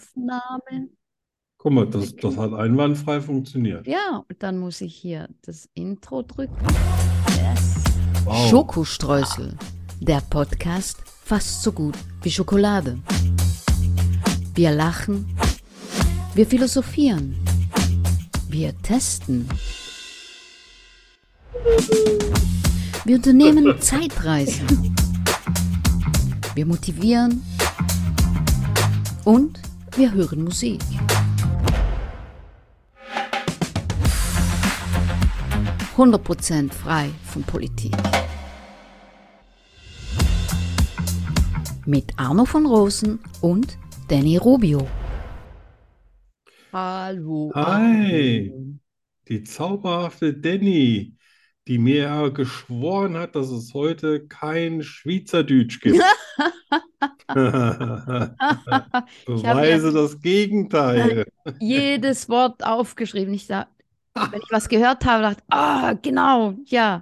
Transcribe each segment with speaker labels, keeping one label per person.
Speaker 1: Aufnahme.
Speaker 2: Guck mal, das, das
Speaker 1: klicken.
Speaker 2: hat einwandfrei funktioniert.
Speaker 1: Ja, und dann muss ich hier das Intro drücken. Yes.
Speaker 2: Wow.
Speaker 1: Schokostreusel, der Podcast fast so gut wie Schokolade. Wir lachen, wir philosophieren, wir testen. Wir unternehmen Zeitreisen. Wir motivieren und wir hören Musik. Prozent frei von Politik. Mit Arno von Rosen und Danny Rubio. Hallo.
Speaker 2: Hi,
Speaker 1: Arno.
Speaker 2: die zauberhafte Danny, die mir ja geschworen hat, dass es heute kein Schweizerdeutsch gibt. Beweise das Gegenteil.
Speaker 1: jedes Wort aufgeschrieben. Ich sag, wenn ich was gehört habe, dachte, ah, genau, ja,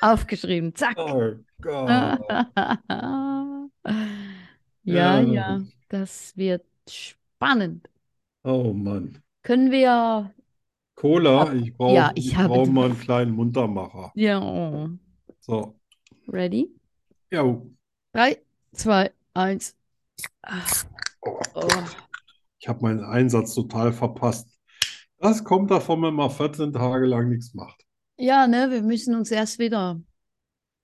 Speaker 1: aufgeschrieben, zack.
Speaker 2: Oh
Speaker 1: Ah.
Speaker 2: Gott.
Speaker 1: ja,
Speaker 2: Ja.
Speaker 1: ja, das wird spannend.
Speaker 2: Oh Mann.
Speaker 1: Können wir,
Speaker 2: Cola, ich brauche
Speaker 1: Ja, ich
Speaker 2: ich
Speaker 1: habe
Speaker 2: brauch
Speaker 1: die-
Speaker 2: mal einen kleinen Muntermacher.
Speaker 1: ja, oh.
Speaker 2: So,
Speaker 1: ready?
Speaker 2: ja,
Speaker 1: Drei, zwei, eins. Ach, oh.
Speaker 2: ich habe meinen Einsatz total verpasst. Das kommt davon, wenn man 14 Tage lang nichts macht.
Speaker 1: Ja, ne, wir müssen uns erst wieder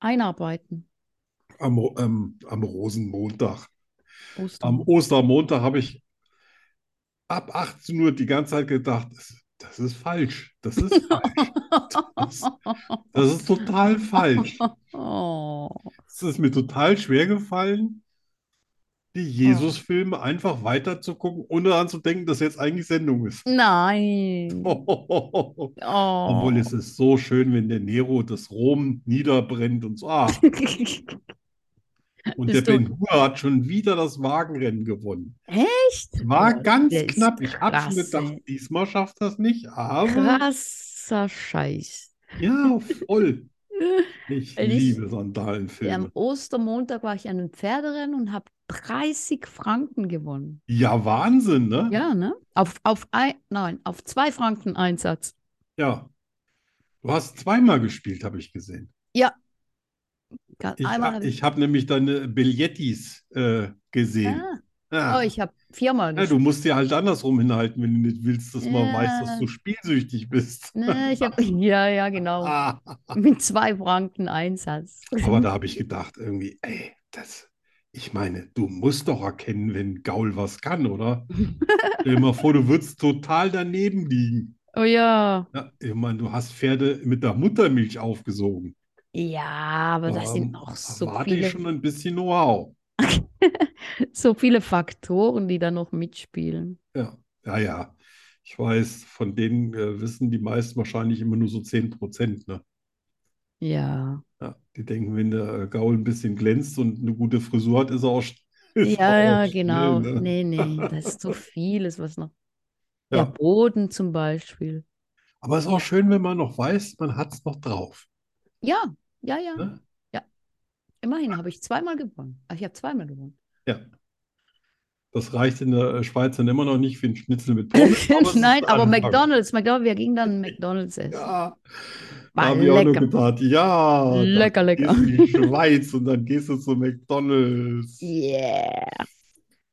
Speaker 1: einarbeiten.
Speaker 2: Am, Ro- ähm, am Rosenmontag. Am
Speaker 1: Ostern.
Speaker 2: Ostermontag habe ich ab 18 Uhr die ganze Zeit gedacht, das, das ist falsch. Das ist falsch. Das, das ist total falsch.
Speaker 1: Oh.
Speaker 2: Es ist mir total schwer gefallen, die Jesus-Filme einfach weiterzugucken, ohne daran zu denken, dass jetzt eigentlich Sendung ist.
Speaker 1: Hm. Nein.
Speaker 2: Obwohl
Speaker 1: Oh.
Speaker 2: es ist so schön, wenn der Nero das Rom niederbrennt und so. Ah, und der
Speaker 1: Ist doch-
Speaker 2: Ben Hur hat schon wieder das Wagenrennen gewonnen.
Speaker 1: Echt?
Speaker 2: War
Speaker 1: Ja,
Speaker 2: ganz
Speaker 1: der ist
Speaker 2: knapp. Ich habe schon
Speaker 1: krass,
Speaker 2: gedacht,
Speaker 1: ey.
Speaker 2: diesmal schafft das nicht, aber
Speaker 1: Krasser Scheiß.
Speaker 2: ja, voll. Ich
Speaker 1: Weil ich-
Speaker 2: liebe
Speaker 1: Ja, am
Speaker 2: Sandalenfilme.
Speaker 1: Ostermontag war ich an einem Pferderennen und habe 30 Franken gewonnen.
Speaker 2: Ja, Wahnsinn, ne?
Speaker 1: Ja, ne? Auf, auf ein, nein, auf zwei Franken Einsatz.
Speaker 2: Ja. Du hast zweimal gespielt, habe ich gesehen.
Speaker 1: Ga-
Speaker 2: Ich,
Speaker 1: Einmal habe
Speaker 2: ich habe nämlich deine Billettis äh, gesehen.
Speaker 1: Ah,
Speaker 2: Ja.
Speaker 1: oh, ich habe viermal
Speaker 2: Ja, du musst dir halt andersrum hinhalten, wenn du nicht willst, dass man
Speaker 1: Ja.
Speaker 2: weiß, dass du spielsüchtig bist.
Speaker 1: gespielt. Ne, ich hab, ja, ja, genau.
Speaker 2: Ah.
Speaker 1: Mit zwei Franken Einsatz.
Speaker 2: Aber da habe ich gedacht, irgendwie, ey, das, ich meine, du musst doch erkennen, wenn Gaul was kann, oder? Stell dir mal vor, du würdest total daneben liegen.
Speaker 1: Oh ja.
Speaker 2: Ja, ich meine, du hast Pferde mit der Muttermilch aufgesogen.
Speaker 1: Ja, aber das sind
Speaker 2: Da
Speaker 1: auch so
Speaker 2: erwarte ich
Speaker 1: viele,
Speaker 2: schon ein bisschen Know-how.
Speaker 1: so viele Faktoren, die da noch mitspielen.
Speaker 2: Ja, ja, ja. Ich weiß, von denen äh, wissen die meisten wahrscheinlich immer nur so 10 Prozent, ne?
Speaker 1: Ja.
Speaker 2: Ja, die denken, wenn der Gaul ein bisschen glänzt und eine gute Frisur hat, ist er auch, sch- ist
Speaker 1: Ja,
Speaker 2: er
Speaker 1: ja,
Speaker 2: auch schnell,
Speaker 1: genau.
Speaker 2: ne?
Speaker 1: Nee, nee, das ist so vieles, was noch. Der
Speaker 2: Ja,
Speaker 1: Boden zum Beispiel.
Speaker 2: aber es ist auch schön, wenn man noch weiß, man hat es noch drauf.
Speaker 1: Ja, ja, ja.
Speaker 2: Ne?
Speaker 1: Immerhin habe ich zweimal gewonnen. Ah, Ich habe zweimal gewonnen.
Speaker 2: Ja, das reicht in der äh, Schweiz dann immer noch nicht für einen Schnitzel mit Pommes, aber es ist
Speaker 1: Nein,
Speaker 2: ein
Speaker 1: aber
Speaker 2: Anfang.
Speaker 1: McDonald's, McDonald's, wir gingen dann McDonald's essen.
Speaker 2: Ja, da
Speaker 1: War
Speaker 2: habe ich auch nur
Speaker 1: lecker.
Speaker 2: gedacht, ja, Ah, dann
Speaker 1: Lecker, lecker.
Speaker 2: gehst du in die Schweiz und dann gehst du zu McDonald's.
Speaker 1: Yeah.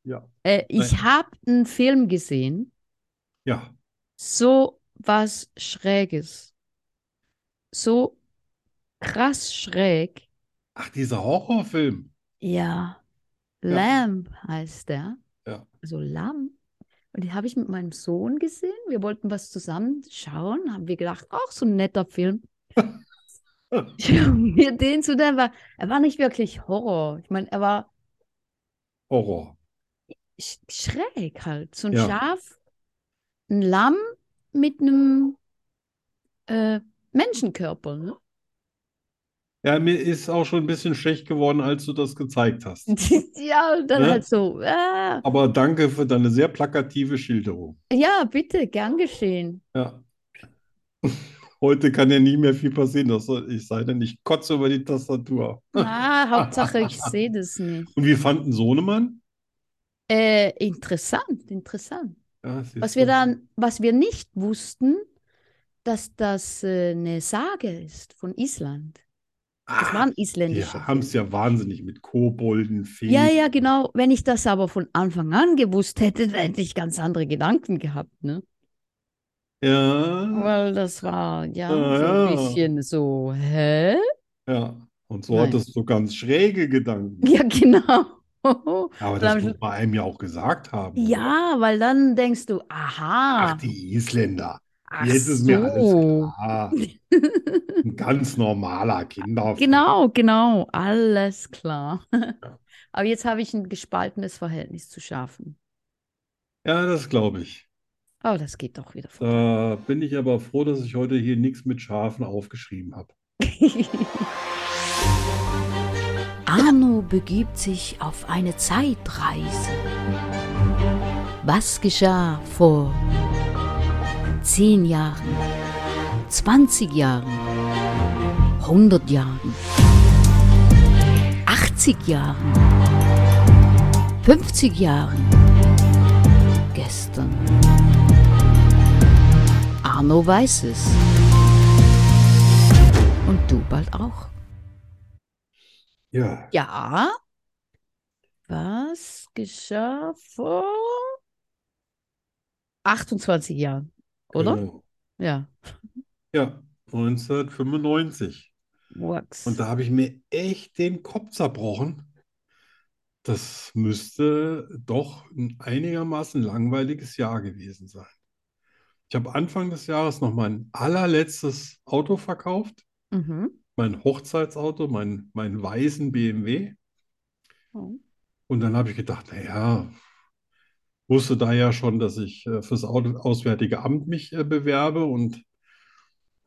Speaker 2: Ja,
Speaker 1: Äh, ich habe einen Film gesehen,
Speaker 2: ja,
Speaker 1: so was Schräges. So krass schräg.
Speaker 2: ach, dieser Horrorfilm.
Speaker 1: Ja.
Speaker 2: Ja.
Speaker 1: Lamb heißt der.
Speaker 2: Ja.
Speaker 1: Also Lamm. Und den habe ich mit meinem Sohn gesehen. Wir wollten was zusammen schauen. Haben wir gedacht, auch so ein netter Film. Schauen wir den zu, der war, er war nicht wirklich Horror. Ich meine, er war
Speaker 2: Horror.
Speaker 1: sch schräg halt. So ein
Speaker 2: Ja.
Speaker 1: Schaf, ein Lamm mit einem äh, Menschenkörper. Ne?
Speaker 2: Ja, mir ist auch schon ein bisschen schlecht geworden, als du das gezeigt hast.
Speaker 1: Ja, und dann
Speaker 2: Ne?
Speaker 1: halt so. ah.
Speaker 2: Aber danke für deine sehr plakative Schilderung.
Speaker 1: ja, bitte, gern geschehen.
Speaker 2: Ja. Heute kann ja nie mehr viel passieren, das soll, ich sei denn, ich kotze über die Tastatur.
Speaker 1: Ah, Hauptsache, ich sehe das nicht.
Speaker 2: Und wir fanden Sohnemann?
Speaker 1: Äh, interessant, interessant.
Speaker 2: Ja, siehst
Speaker 1: Was wir
Speaker 2: du.
Speaker 1: dann, was wir nicht wussten, dass das äh, eine Sage ist von Island. Das
Speaker 2: Ah,
Speaker 1: waren
Speaker 2: die
Speaker 1: isländische
Speaker 2: haben es ja wahnsinnig mit Kobolden, Feen.
Speaker 1: Ja, ja, genau. Wenn ich das aber von Anfang an gewusst hätte, dann hätte ich ganz andere Gedanken gehabt, ne?
Speaker 2: Ja,
Speaker 1: Weil das war ja
Speaker 2: Ah,
Speaker 1: so ein
Speaker 2: ja.
Speaker 1: bisschen so, hä?
Speaker 2: ja. Und so
Speaker 1: Nein.
Speaker 2: hattest du ganz schräge Gedanken.
Speaker 1: Ja, genau.
Speaker 2: Aber
Speaker 1: Dann hab
Speaker 2: das
Speaker 1: ich-
Speaker 2: muss man einem ja auch gesagt haben. oder?
Speaker 1: Ja, weil dann denkst du, aha,
Speaker 2: Ach, die Isländer.
Speaker 1: ach
Speaker 2: Jetzt ist mir alles
Speaker 1: so.
Speaker 2: klar. Ein ganz normaler Kinderfilm.
Speaker 1: Genau, genau, alles klar.
Speaker 2: Ja.
Speaker 1: Aber jetzt habe ich ein gespaltenes Verhältnis zu Schafen.
Speaker 2: Ja, das glaube ich.
Speaker 1: Aber das geht doch wieder vorbei.
Speaker 2: Da bin ich aber froh, dass ich heute hier nichts mit Schafen aufgeschrieben habe.
Speaker 3: Arno begibt sich auf eine Zeitreise. Was geschah vor 10 Jahren, 20 Jahren, 100 Jahren, 80 Jahren, 50 Jahren, gestern? Arno weiß es. Und du bald auch.
Speaker 2: Ja,
Speaker 1: Ja. Was geschah vor 28 Jahren, oder?
Speaker 2: genau.
Speaker 1: Ja.
Speaker 2: Ja, 1995.
Speaker 1: Works.
Speaker 2: Und da habe ich mir echt den Kopf zerbrochen. Das müsste doch ein einigermaßen langweiliges Jahr gewesen sein. Ich habe Anfang des Jahres noch mein allerletztes Auto verkauft,
Speaker 1: Mhm.
Speaker 2: mein Hochzeitsauto, mein, meinen weißen BMW.
Speaker 1: Oh.
Speaker 2: Und dann habe ich gedacht, naja, wusste da ja schon, dass ich äh, fürs Au- Auswärtige Amt mich äh, bewerbe und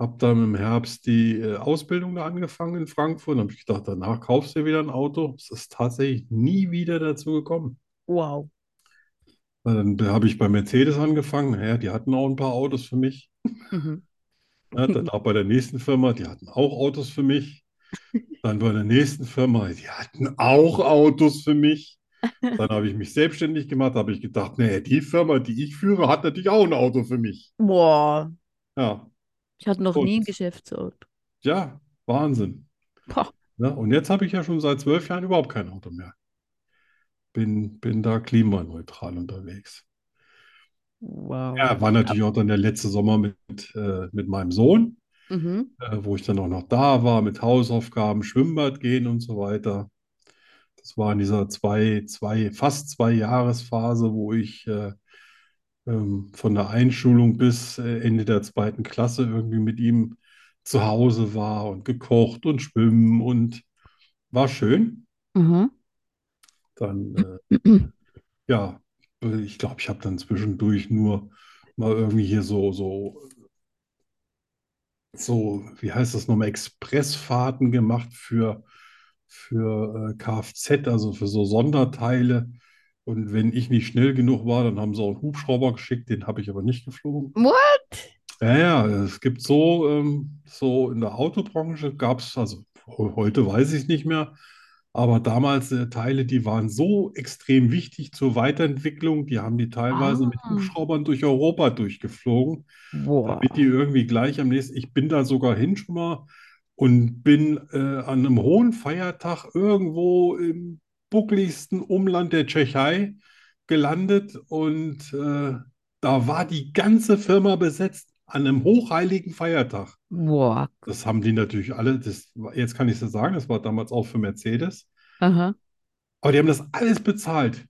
Speaker 2: habe dann im Herbst die äh, Ausbildung da angefangen in Frankfurt. Und habe ich gedacht, danach kaufst du dir wieder ein Auto. Es ist tatsächlich nie wieder dazu gekommen.
Speaker 1: Wow.
Speaker 2: Dann habe ich bei Mercedes angefangen. Naja, die hatten auch ein paar Autos für mich.
Speaker 1: Mhm.
Speaker 2: Ja, Ne, dann auch bei der nächsten Firma, die hatten auch Autos für mich. Dann bei der nächsten Firma, die hatten auch Autos für mich. Dann habe ich mich selbstständig gemacht, habe ich gedacht, nee, die Firma, die ich führe, hat natürlich auch ein Auto für mich.
Speaker 1: Boah.
Speaker 2: Ja,
Speaker 1: Ich hatte noch
Speaker 2: Gut.
Speaker 1: nie ein Geschäftsort.
Speaker 2: ja, Wahnsinn.
Speaker 1: Boah.
Speaker 2: Ja, und jetzt habe ich ja schon seit zwölf Jahren überhaupt kein Auto mehr. Bin, bin da klimaneutral unterwegs.
Speaker 1: Wow.
Speaker 2: Ja, war natürlich auch dann der letzte Sommer mit, äh, mit meinem Sohn,
Speaker 1: Mhm.
Speaker 2: äh, wo ich dann auch noch da war, mit Hausaufgaben, Schwimmbad gehen und so weiter. Das war in dieser zwei, zwei, fast zwei Jahresphase, wo ich äh, ähm, von der Einschulung bis äh, Ende der zweiten Klasse irgendwie mit ihm zu Hause war und gekocht und schwimmen und war schön.
Speaker 1: Mhm.
Speaker 2: Dann, äh, ja, äh, ich glaube, ich habe dann zwischendurch nur mal irgendwie hier so, so, so, wie heißt das nochmal, Expressfahrten gemacht für, für äh, Kfz, also für so Sonderteile. Und wenn ich nicht schnell genug war, dann haben sie auch einen Hubschrauber geschickt, den habe ich aber nicht geflogen.
Speaker 1: What?
Speaker 2: Ja, ja, es gibt so, ähm, so in der Autobranche gab es, also he- heute weiß ich es nicht mehr, aber damals äh, Teile, die waren so extrem wichtig zur Weiterentwicklung, die haben die teilweise mit
Speaker 1: Ah.
Speaker 2: Hubschraubern durch Europa durchgeflogen,
Speaker 1: Boah.
Speaker 2: damit die irgendwie gleich am nächsten, ich bin da sogar hin schon mal und bin äh, an einem hohen Feiertag irgendwo im buckligsten Umland der Tschechei gelandet und äh, da war die ganze Firma besetzt an einem hochheiligen Feiertag.
Speaker 1: Boah.
Speaker 2: Das haben die natürlich alle, das, war- jetzt kann ich es ja sagen, das war damals auch für Mercedes,
Speaker 1: Aha.
Speaker 2: aber die haben das alles bezahlt.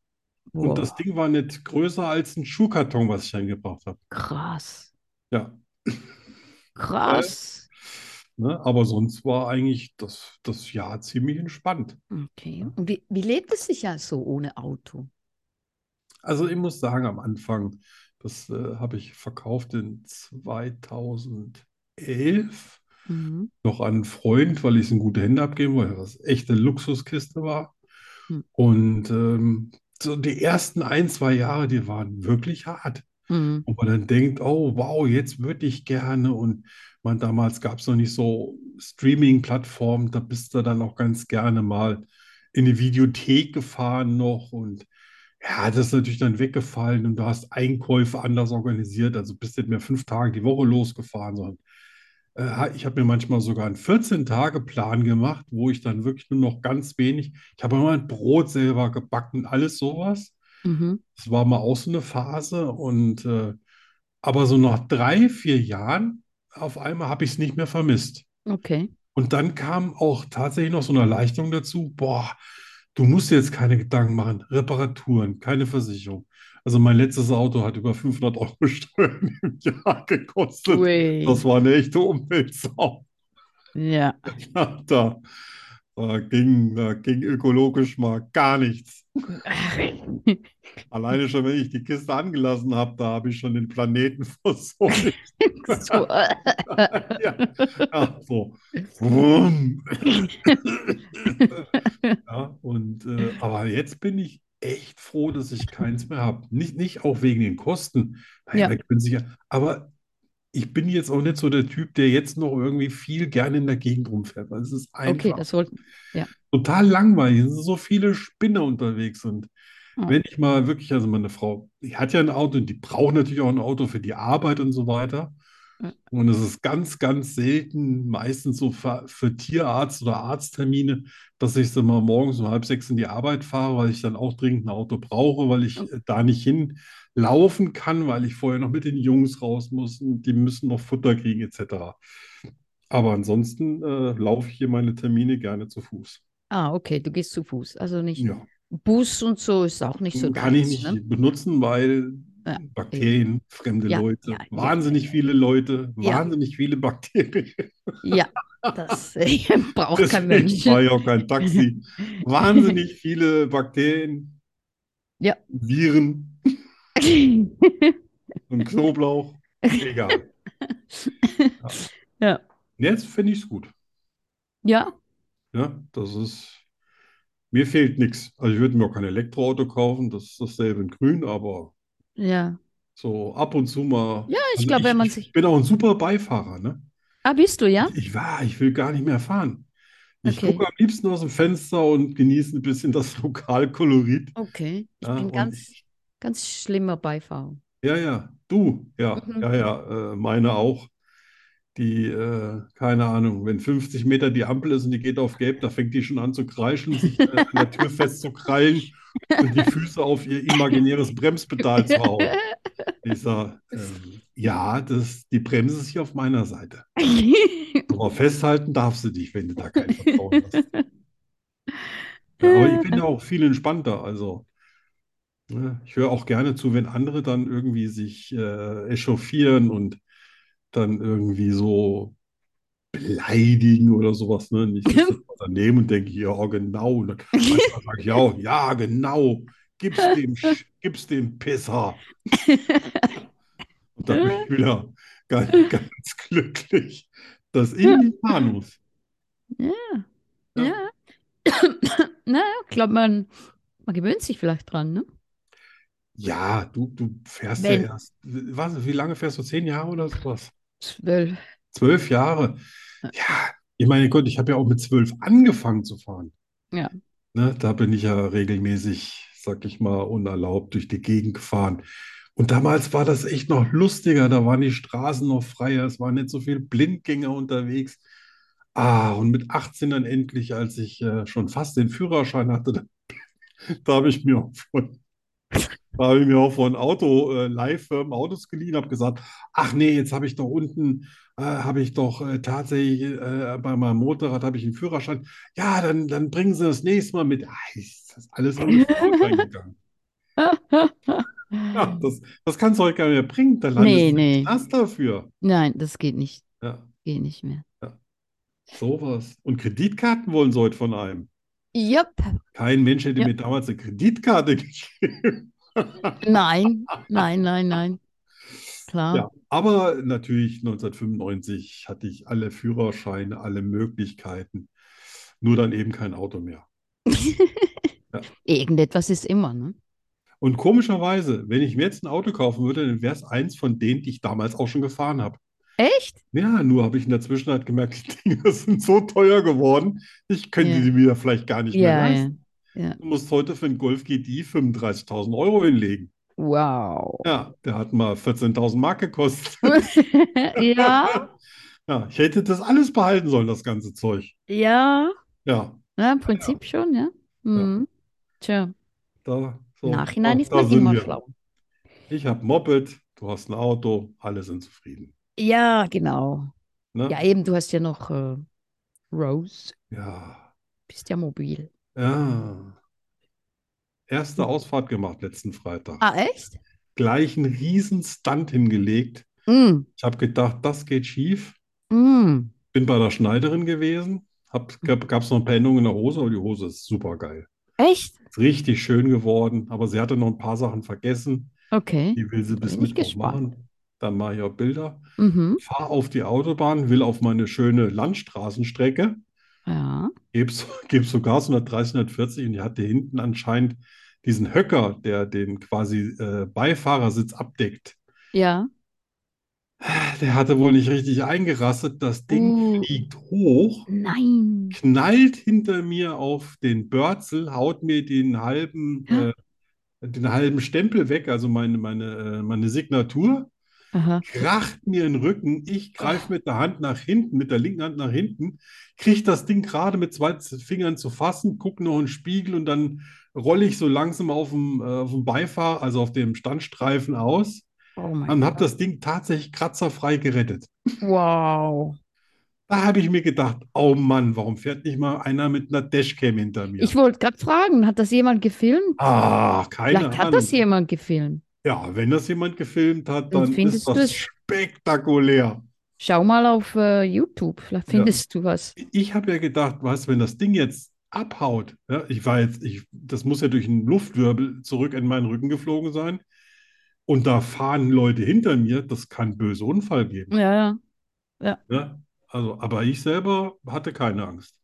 Speaker 1: Boah.
Speaker 2: Und das Ding war nicht größer als ein Schuhkarton, was ich dann gebraucht habe.
Speaker 1: Krass.
Speaker 2: Ja.
Speaker 1: Krass.
Speaker 2: Ne? Aber sonst war eigentlich das, das Jahr ziemlich entspannt.
Speaker 1: Okay. Und wie, wie lebt es sich ja so ohne Auto?
Speaker 2: Also ich muss sagen, am Anfang, das äh, habe ich verkauft in 2011
Speaker 1: Mhm.
Speaker 2: noch an einen Freund, weil ich es in gute Hände abgeben wollte, was echte Luxuskiste war.
Speaker 1: Hm.
Speaker 2: Und ähm, so die ersten ein, zwei Jahre, die waren wirklich hart.
Speaker 1: Mhm.
Speaker 2: Und man dann denkt, oh wow, jetzt würde ich gerne. Und man, damals gab es noch nicht so Streaming-Plattformen, da bist du dann auch ganz gerne mal in die Videothek gefahren noch. Und Ja, das ist natürlich dann weggefallen und du hast Einkäufe anders organisiert. Also bist nicht mehr fünf Tage die Woche losgefahren, sondern äh, ich habe mir manchmal sogar einen 14-Tage-Plan gemacht, wo ich dann wirklich nur noch ganz wenig. Ich habe immer ein Brot selber gebacken, alles sowas.
Speaker 3: Mhm.
Speaker 2: Das war mal auch so eine Phase. Und äh, aber so nach drei, vier Jahren auf einmal habe ich es nicht mehr vermisst.
Speaker 3: Okay.
Speaker 2: Und dann kam auch tatsächlich noch so eine Erleichterung dazu, boah, du musst dir jetzt keine Gedanken machen, Reparaturen, keine Versicherung. Also mein letztes Auto hat über 500 Euro Steuern im Jahr gekostet.
Speaker 1: Ui.
Speaker 2: Das war eine echte Umweltsau.
Speaker 1: Ja.
Speaker 2: Ja, Da, da, ging, da ging ökologisch mal gar nichts. Alleine schon, wenn ich die Kiste angelassen habe, da habe ich schon den Planeten versorgt.
Speaker 1: So, äh,
Speaker 2: ja, ja, so. Wumm. ja, und, äh, aber jetzt bin ich echt froh, dass ich keins mehr habe. Nicht, nicht auch wegen den Kosten.
Speaker 1: Ja.
Speaker 2: Naja, da können sich ja, aber ich bin jetzt auch nicht so der Typ, der jetzt noch irgendwie viel gerne in der Gegend rumfährt. Weil es ist
Speaker 1: okay,
Speaker 2: einfach
Speaker 1: das wollte.
Speaker 2: total langweilig. Es sind so viele Spinner unterwegs. Und
Speaker 1: Ja.
Speaker 2: wenn ich mal wirklich, also meine Frau, die hat ja ein Auto und die braucht natürlich auch ein Auto für die Arbeit und so weiter.
Speaker 1: Ja.
Speaker 2: Und es ist ganz, ganz selten, meistens so für, für Tierarzt- oder Arzttermine, dass ich so mal morgens um halb sechs in die Arbeit fahre, weil ich dann auch dringend ein Auto brauche, weil ich äh, da nicht hinlaufen kann, weil ich vorher noch mit den Jungs raus muss und die müssen noch Futter kriegen, etc. Aber ansonsten äh, laufe ich hier meine Termine gerne zu Fuß.
Speaker 1: Ah, okay, du gehst zu Fuß. Also nicht.
Speaker 2: Ja.
Speaker 1: Bus und so ist auch nicht so
Speaker 2: Kann ich
Speaker 1: deins,
Speaker 2: nicht
Speaker 1: ne?
Speaker 2: benutzen, weil
Speaker 1: Ja,
Speaker 2: Bakterien, fremde
Speaker 1: Ja,
Speaker 2: Leute,
Speaker 1: ja, ja,
Speaker 2: wahnsinnig
Speaker 1: ja.
Speaker 2: viele Leute,
Speaker 1: Ja.
Speaker 2: wahnsinnig viele Bakterien.
Speaker 1: Ja, das äh, braucht kein
Speaker 2: Deswegen
Speaker 1: Mensch.
Speaker 2: war ja auch kein Taxi. Wahnsinnig viele Bakterien,
Speaker 1: Ja.
Speaker 2: Viren und Knoblauch. Egal.
Speaker 1: Ja.
Speaker 2: Jetzt finde ich es gut.
Speaker 1: Ja,
Speaker 2: Ja, das ist. Mir fehlt nichts. Also ich würde mir auch kein Elektroauto kaufen, das ist dasselbe in Grün, aber
Speaker 1: ja.
Speaker 2: so ab und zu mal.
Speaker 1: Ja, ich
Speaker 2: Also
Speaker 1: glaube, wenn man
Speaker 2: ich
Speaker 1: sich.
Speaker 2: bin auch ein super Beifahrer, ne?
Speaker 1: Ah, bist du, ja?
Speaker 2: Ich war, ich will gar nicht mehr fahren. Ich
Speaker 1: Okay.
Speaker 2: gucke am liebsten aus dem Fenster und genieße ein bisschen das Lokalkolorit.
Speaker 1: Okay. Ich
Speaker 2: Ja,
Speaker 1: bin
Speaker 2: und
Speaker 1: ganz,
Speaker 2: ich,
Speaker 1: ganz schlimmer Beifahrer.
Speaker 2: ja, ja, du, ja,
Speaker 1: Mhm.
Speaker 2: ja, ja, äh, meine auch. Die, äh, keine Ahnung, wenn 50 Meter die Ampel ist und die geht auf Gelb, da fängt die schon an zu kreischen, sich äh, an der Tür festzukrallen und die Füße auf ihr imaginäres Bremspedal zu hauen. Ich sage, ähm, ja, das, die Bremse ist hier auf meiner Seite. Aber festhalten darfst du dich, wenn du da kein Vertrauen hast. Ja, aber ich bin ja auch viel entspannter. Also, ne, ich höre auch gerne zu, wenn andere dann irgendwie sich äh, echauffieren und dann irgendwie so beleidigen oder sowas. Ne? Und ich sitze dann daneben und denke, ja, genau. Und dann manchmal sage ich auch, ja, genau. Gib's dem, Sch- gib's dem Pisser. Und dann bin ich wieder ganz, ganz glücklich, dass ich nicht fahren muss. Ja.
Speaker 1: Ja. Na, ich glaube, man, man gewöhnt sich vielleicht dran, ne?
Speaker 2: Ja, du, du fährst ja
Speaker 1: Wenn-
Speaker 2: erst, was, wie lange fährst du? Zehn Jahre oder sowas?
Speaker 1: Zwölf.
Speaker 2: Zwölf Jahre. Ja, ich meine, Gott, ich habe ja auch mit zwölf angefangen zu fahren.
Speaker 1: Ja.
Speaker 2: Ne, da bin ich ja regelmäßig, sag ich mal, unerlaubt durch die Gegend gefahren. Und damals war das echt noch lustiger. Da waren die Straßen noch freier. Es waren nicht so viele Blindgänger unterwegs. Ah, und mit 18 dann endlich, als ich äh, schon fast den Führerschein hatte, da, da habe ich mir auch von, da habe ich mir auch von Auto, äh, Leihfirmen Autos geliehen, habe gesagt, ach nee, jetzt habe ich doch unten, äh, habe ich doch äh, tatsächlich äh, bei meinem Motorrad habe ich einen Führerschein. Ja, dann, dann bringen Sie das nächste Mal mit. Ah, ist das alles ohne Führerschein gegangen. Ja, das, das kannst du heute gar nicht mehr bringen. Da landest
Speaker 1: Nee,
Speaker 2: du im
Speaker 1: nee.
Speaker 2: Knast dafür.
Speaker 1: Nein, das geht nicht.
Speaker 2: Ja,
Speaker 1: Geht nicht mehr.
Speaker 2: sowas. Und Kreditkarten wollen sie heute von einem.
Speaker 1: Jupp.
Speaker 2: Kein Mensch hätte
Speaker 1: Ja.
Speaker 2: mir damals eine Kreditkarte gegeben.
Speaker 1: Nein, nein, nein, nein. Klar.
Speaker 2: Ja, aber natürlich 1995 hatte ich alle Führerscheine, alle Möglichkeiten. Nur dann eben kein Auto mehr.
Speaker 1: Irgendetwas ist immer, ne?
Speaker 2: Und komischerweise, wenn ich mir jetzt ein Auto kaufen würde, dann wäre es eins von denen, die ich damals auch schon gefahren habe.
Speaker 1: Echt?
Speaker 2: Ja, nur habe ich in der Zwischenzeit gemerkt, die Dinger sind so teuer geworden, ich könnte
Speaker 1: Ja.
Speaker 2: die mir vielleicht gar nicht mehr
Speaker 1: Ja,
Speaker 2: leisten.
Speaker 1: ja. Ja.
Speaker 2: Du musst heute für einen Golf GTI 35.000 Euro hinlegen.
Speaker 1: Wow.
Speaker 2: Ja, der hat mal 14.000 Mark gekostet.
Speaker 1: ja,
Speaker 2: Ja, ich hätte das alles behalten sollen, das ganze Zeug.
Speaker 1: ja.
Speaker 2: Ja,
Speaker 1: Ja, im Prinzip schon, ja. Mhm. Tja,
Speaker 2: da, so,
Speaker 1: im Nachhinein
Speaker 2: auch
Speaker 1: ist
Speaker 2: da
Speaker 1: man
Speaker 2: sind
Speaker 1: immer
Speaker 2: wir.
Speaker 1: schlau.
Speaker 2: Ich habe Moped, du hast ein Auto, alle sind zufrieden.
Speaker 1: Ja, genau.
Speaker 2: Ne?
Speaker 1: Ja, eben, du hast ja noch äh, Rose,
Speaker 2: Ja,
Speaker 1: bist ja mobil.
Speaker 2: ja. Erste
Speaker 1: Hm.
Speaker 2: Ausfahrt gemacht letzten Freitag.
Speaker 1: Ah, echt?
Speaker 2: Gleich einen riesen Stunt hingelegt.
Speaker 1: Mm,
Speaker 2: Ich habe gedacht, das geht schief.
Speaker 1: mm.
Speaker 2: Bin bei der Schneiderin gewesen. Hab, gab, gab's noch ein paar Änderungen in der Hose, aber die Hose ist super geil.
Speaker 1: Echt?
Speaker 2: Ist richtig schön geworden, aber sie hatte noch ein paar Sachen vergessen.
Speaker 1: Okay.
Speaker 2: Die will sie bis
Speaker 1: Bin ich
Speaker 2: Mittwoch
Speaker 1: gespannt.
Speaker 2: machen. Dann mache ich auch Bilder.
Speaker 1: Mhm.
Speaker 2: Fahre auf die Autobahn, will auf meine schöne Landstraßenstrecke.
Speaker 1: Ja.
Speaker 2: Gebe geb sogar so 130, 140 und die hatte hinten anscheinend diesen Höcker, der den quasi äh, Beifahrersitz abdeckt.
Speaker 1: Ja.
Speaker 2: Der hatte wohl nicht richtig eingerastet. Das Ding
Speaker 1: Uh,
Speaker 2: fliegt hoch.
Speaker 1: nein.
Speaker 2: knallt hinter mir auf den Börzel, haut mir den halben,
Speaker 1: Ja.
Speaker 2: äh, den halben Stempel weg, also meine, meine, äh, meine Signatur,
Speaker 1: Aha.
Speaker 2: kracht mir in den Rücken. Ich greife mit der Hand nach hinten, mit der linken Hand nach hinten, kriege das Ding gerade mit zwei Z- Fingern zu fassen, gucke noch in den Spiegel und dann rolle ich so langsam auf dem, äh, auf dem Beifahrer, also auf dem Standstreifen aus
Speaker 1: Oh mein
Speaker 2: und habe
Speaker 1: Gott.
Speaker 2: das Ding tatsächlich kratzerfrei gerettet.
Speaker 1: Wow.
Speaker 2: Da habe ich mir gedacht, oh Mann, warum fährt nicht mal einer mit einer Dashcam hinter mir?
Speaker 1: Ich wollte gerade fragen, hat das jemand gefilmt?
Speaker 2: Ah, keine
Speaker 1: Vielleicht hat das
Speaker 2: Ahnung.
Speaker 1: jemand gefilmt.
Speaker 2: Ja, wenn das jemand gefilmt hat,
Speaker 1: Dann
Speaker 2: dann
Speaker 1: findest
Speaker 2: ist
Speaker 1: du
Speaker 2: das
Speaker 1: es.
Speaker 2: spektakulär.
Speaker 1: Schau mal auf äh, YouTube, vielleicht
Speaker 2: Ja.
Speaker 1: findest du was.
Speaker 2: Ich habe ja gedacht, was, wenn das Ding jetzt abhaut, ja, ich war jetzt, ich, das muss ja durch einen Luftwirbel zurück in meinen Rücken geflogen sein. Und da fahren Leute hinter mir, das kann böse Unfall geben.
Speaker 1: Ja, ja.
Speaker 2: Ne? Also, aber ich selber hatte keine Angst.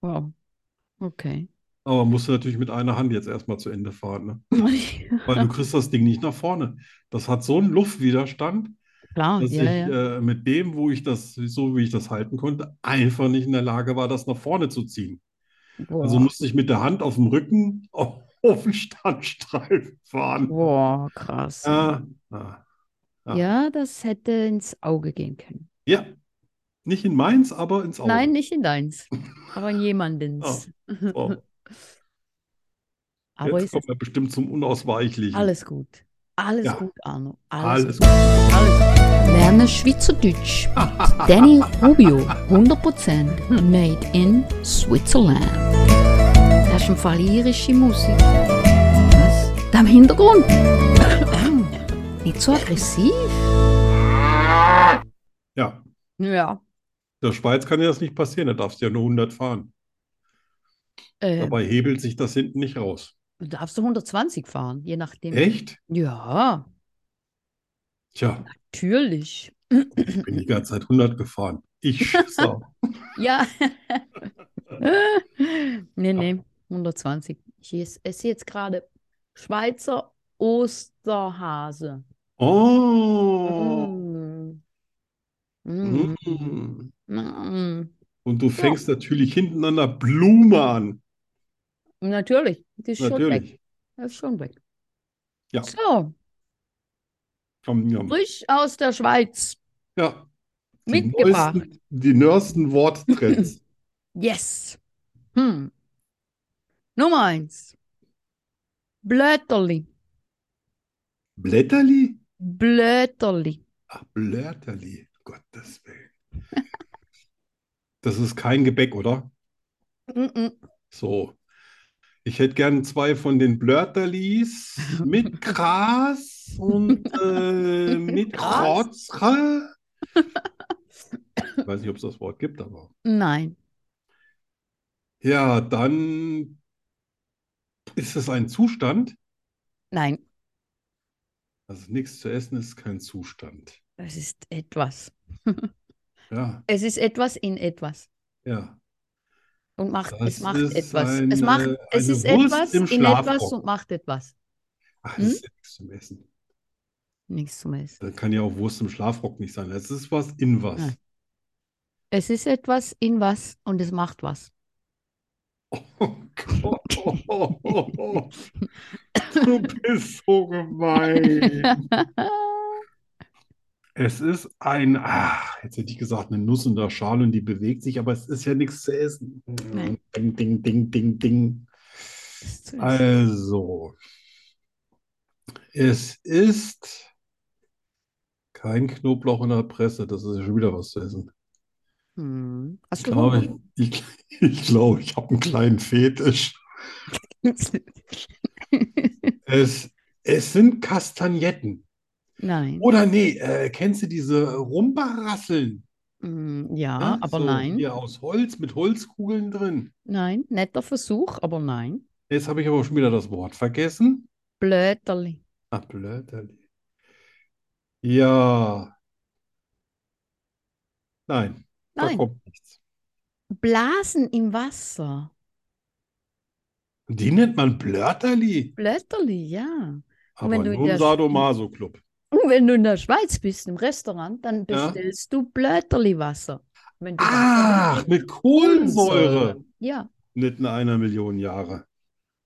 Speaker 1: Wow. Okay.
Speaker 2: Aber musste natürlich mit einer Hand jetzt erstmal zu Ende fahren, ne? Weil du kriegst das Ding nicht nach vorne. Das hat so einen Luftwiderstand.
Speaker 1: Klar,
Speaker 2: dass
Speaker 1: Oh, ja,
Speaker 2: ich
Speaker 1: ja.
Speaker 2: äh, mit dem, wo ich das, so wie ich das halten konnte, einfach nicht in der Lage war, das nach vorne zu ziehen. Also
Speaker 1: Boah,
Speaker 2: musste ich mit der Hand auf dem Rücken auf, auf den Standstreifen fahren.
Speaker 1: boah, krass.
Speaker 2: Ah, ah. Ja.
Speaker 1: Ja, das hätte ins Auge gehen können.
Speaker 2: Ja, nicht in Mainz, aber ins Auge.
Speaker 1: Nein, nicht in deins, aber in jemandens.
Speaker 2: So,
Speaker 1: Aber ist
Speaker 2: jetzt
Speaker 1: es
Speaker 2: kommen wir bestimmt zum Unausweichlichen.
Speaker 1: alles gut. Alles
Speaker 2: Ja.
Speaker 1: gut, Arno.
Speaker 2: Alles
Speaker 1: Alles
Speaker 2: gut.
Speaker 1: gut. Alles gut.
Speaker 3: Lerne Schweizerdeutsch. mit Danny Rubio. 100% made in Switzerland. Das ist im Fall irische Musik. Was? Da im Hintergrund. Nicht so aggressiv.
Speaker 2: Ja,
Speaker 1: Ja,
Speaker 2: der Schweiz kann ja das nicht passieren, da darfst du ja nur 100 fahren.
Speaker 1: äh,
Speaker 2: Dabei hebelt sich das hinten nicht raus.
Speaker 1: du darfst du 120 fahren, je nachdem.
Speaker 2: Echt?
Speaker 1: Ja,
Speaker 2: Tja,
Speaker 1: natürlich.
Speaker 2: ich bin die ganze Zeit 100 gefahren. Ich schieße auch.
Speaker 1: Ja. nee, nee, 120. Ich esse esse jetzt gerade Schweizer Osterhase.
Speaker 2: Oh.
Speaker 1: Mm. Mm.
Speaker 2: Mm.
Speaker 1: Mm.
Speaker 2: Und du fängst natürlich hinten an der Blume an.
Speaker 1: Natürlich, die ist schon weg.
Speaker 2: Natürlich.
Speaker 1: Das ist schon weg.
Speaker 2: Ja.
Speaker 1: So,
Speaker 2: Komm, ja.
Speaker 1: frisch aus der Schweiz.
Speaker 2: Ja. Die
Speaker 1: Mitgebracht.
Speaker 2: neuesten, die neuesten Worttrends.
Speaker 1: Yes. Hm. Nummer eins. Blöterli.
Speaker 2: Blätterli?
Speaker 1: Blöterli.
Speaker 2: Ach, Blötterli. Gottes Willen. Das ist kein Gebäck, oder?
Speaker 1: Mm-mm.
Speaker 2: So. Ich hätte gern zwei von den Blötterlis mit Gras und äh, mit
Speaker 1: Gras?
Speaker 2: Krotze. Ich weiß nicht, ob es das Wort gibt, aber.
Speaker 1: Nein.
Speaker 2: Ja, dann ist es ein Zustand.
Speaker 1: Nein.
Speaker 2: Also nichts zu essen ist kein Zustand.
Speaker 1: Es ist etwas.
Speaker 2: Ja,
Speaker 1: Es ist etwas in etwas.
Speaker 2: ja.
Speaker 1: Und macht, es
Speaker 2: Das
Speaker 1: macht
Speaker 2: ist
Speaker 1: etwas.
Speaker 2: eine-
Speaker 1: Es macht, es
Speaker 2: eine
Speaker 1: ist
Speaker 2: Wurst
Speaker 1: etwas
Speaker 2: im
Speaker 1: in etwas
Speaker 2: Schlafrock.
Speaker 1: und macht etwas.
Speaker 2: Ach,
Speaker 1: Hm?
Speaker 2: das ist ja nichts zum Essen.
Speaker 1: Nichts zum Essen.
Speaker 2: Dann kann ja auch Wurst im Schlafrock nicht sein. Es ist was in was.
Speaker 1: Nein. Es ist etwas in was und es macht was.
Speaker 2: Oh Gott. Du bist so gemein. Es ist ein, ach, jetzt hätte ich gesagt, eine Nuss in der Schale und die bewegt sich, aber es ist ja nichts zu essen.
Speaker 1: Nein.
Speaker 2: Ding, ding, ding, ding, ding.
Speaker 1: Ist zu essen.
Speaker 2: Also, es ist kein Knoblauch in der Presse, das ist ja schon wieder was zu essen.
Speaker 1: Hm.
Speaker 2: Ich
Speaker 1: Hast du
Speaker 2: glaube, ich, ich, glaube, ich habe einen kleinen Fetisch.
Speaker 1: Hunger?
Speaker 2: Es, es sind Kastagnetten.
Speaker 1: Nein.
Speaker 2: Oder nee, äh, kennst du diese Rumba-Rasseln?
Speaker 1: Mm, Ja,
Speaker 2: Ja,
Speaker 1: aber
Speaker 2: so
Speaker 1: nein.
Speaker 2: Hier aus Holz mit Holzkugeln drin.
Speaker 1: Nein, netter Versuch, aber nein.
Speaker 2: Jetzt habe ich aber schon wieder das Wort vergessen.
Speaker 1: Blöterli.
Speaker 2: Ach, blöderli. Ja. Nein, da
Speaker 1: Nein,
Speaker 2: kommt nichts.
Speaker 1: Blasen im Wasser.
Speaker 2: Die nennt man Blörterli,
Speaker 1: Blöterli, ja.
Speaker 2: aber
Speaker 1: wenn du
Speaker 2: nur im
Speaker 1: das-
Speaker 2: Sadomaso-Club.
Speaker 1: Und wenn du in der Schweiz bist, im Restaurant, dann
Speaker 2: Ja.
Speaker 1: bestellst du Blöterli-Wasser. Wenn du dann-
Speaker 2: Ach, mit Ah, Kohlensäure.
Speaker 1: Ja,
Speaker 2: Nicht in einer Million Jahre.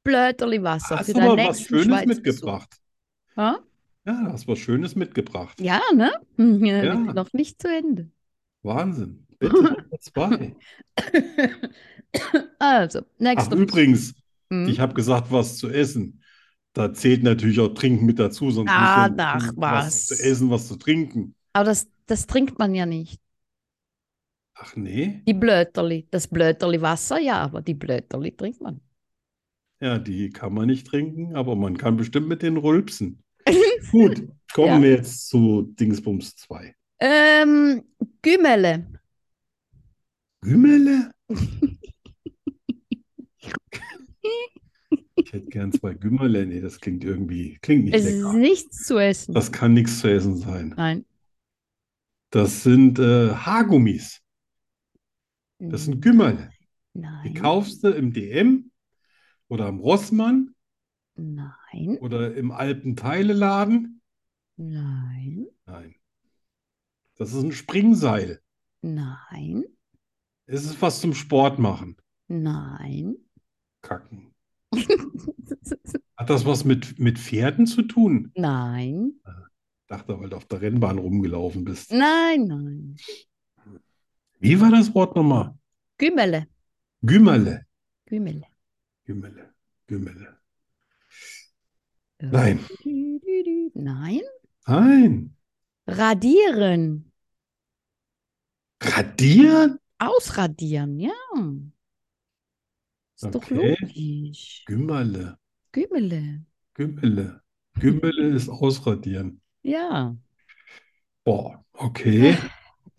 Speaker 1: Blöterli-Wasser
Speaker 2: Hast
Speaker 1: für
Speaker 2: du
Speaker 1: deinen
Speaker 2: mal was
Speaker 1: nächsten
Speaker 2: Schönes
Speaker 1: Schweizbesuch.
Speaker 2: mitgebracht?
Speaker 1: Ha?
Speaker 2: Ja, da hast du was Schönes mitgebracht.
Speaker 1: Ja, ne? Hm, ja,
Speaker 2: Ja.
Speaker 1: Noch nicht zu Ende.
Speaker 2: Wahnsinn. Bitte Nummer zwei.
Speaker 1: Also,
Speaker 2: Ach,
Speaker 1: nächster.
Speaker 2: übrigens,
Speaker 1: Hm?
Speaker 2: ich habe gesagt, was zu essen. Da zählt natürlich auch Trinken mit dazu, sonst
Speaker 1: Ah,
Speaker 2: muss ja
Speaker 1: ach,
Speaker 2: was zu
Speaker 1: was.
Speaker 2: essen, was zu trinken.
Speaker 1: Aber das, das trinkt man ja nicht.
Speaker 2: Ach nee,
Speaker 1: Die Blöterli, das Blöterli-Wasser, ja, aber die Blöterli trinkt man.
Speaker 2: ja, die kann man nicht trinken, aber man kann bestimmt mit denen rülpsen. Gut,
Speaker 1: Ja.
Speaker 2: kommen wir jetzt zu Dingsbums 2.
Speaker 1: Ähm, Gümmele.
Speaker 2: Gümmele? Ich hätte gern zwei Gümmele. Nee, das klingt irgendwie, klingt nicht
Speaker 1: Es ist
Speaker 2: lecker.
Speaker 1: nichts zu essen.
Speaker 2: Das kann nichts zu essen sein.
Speaker 1: Nein.
Speaker 2: Das sind äh, Haargummis. Das sind Gümmele. Die
Speaker 1: Nein.
Speaker 2: kaufst du im DM oder am Rossmann
Speaker 1: Nein.
Speaker 2: oder im Alpenteileladen.
Speaker 1: Nein.
Speaker 2: Nein. Das ist ein Springseil.
Speaker 1: Nein.
Speaker 2: Es ist was zum Sport machen.
Speaker 1: Nein.
Speaker 2: Kacken. Hat das was mit, mit Pferden zu tun?
Speaker 1: Nein.
Speaker 2: Dachte, weil du auf der Rennbahn rumgelaufen bist.
Speaker 1: Nein, nein.
Speaker 2: Wie war das Wort nochmal?
Speaker 1: Gümmele.
Speaker 2: Gümmerle.
Speaker 1: Gümmele.
Speaker 2: Gümmele. Gümmele. Nein.
Speaker 1: Nein.
Speaker 2: Nein.
Speaker 1: Radieren.
Speaker 2: Radieren?
Speaker 1: Ausradieren, ja. Ist doch
Speaker 2: Okay.
Speaker 1: logisch.
Speaker 2: Gümmerle.
Speaker 1: Gümmele.
Speaker 2: Gümmele. Gümmele ist ausradieren.
Speaker 1: Ja.
Speaker 2: Boah, okay.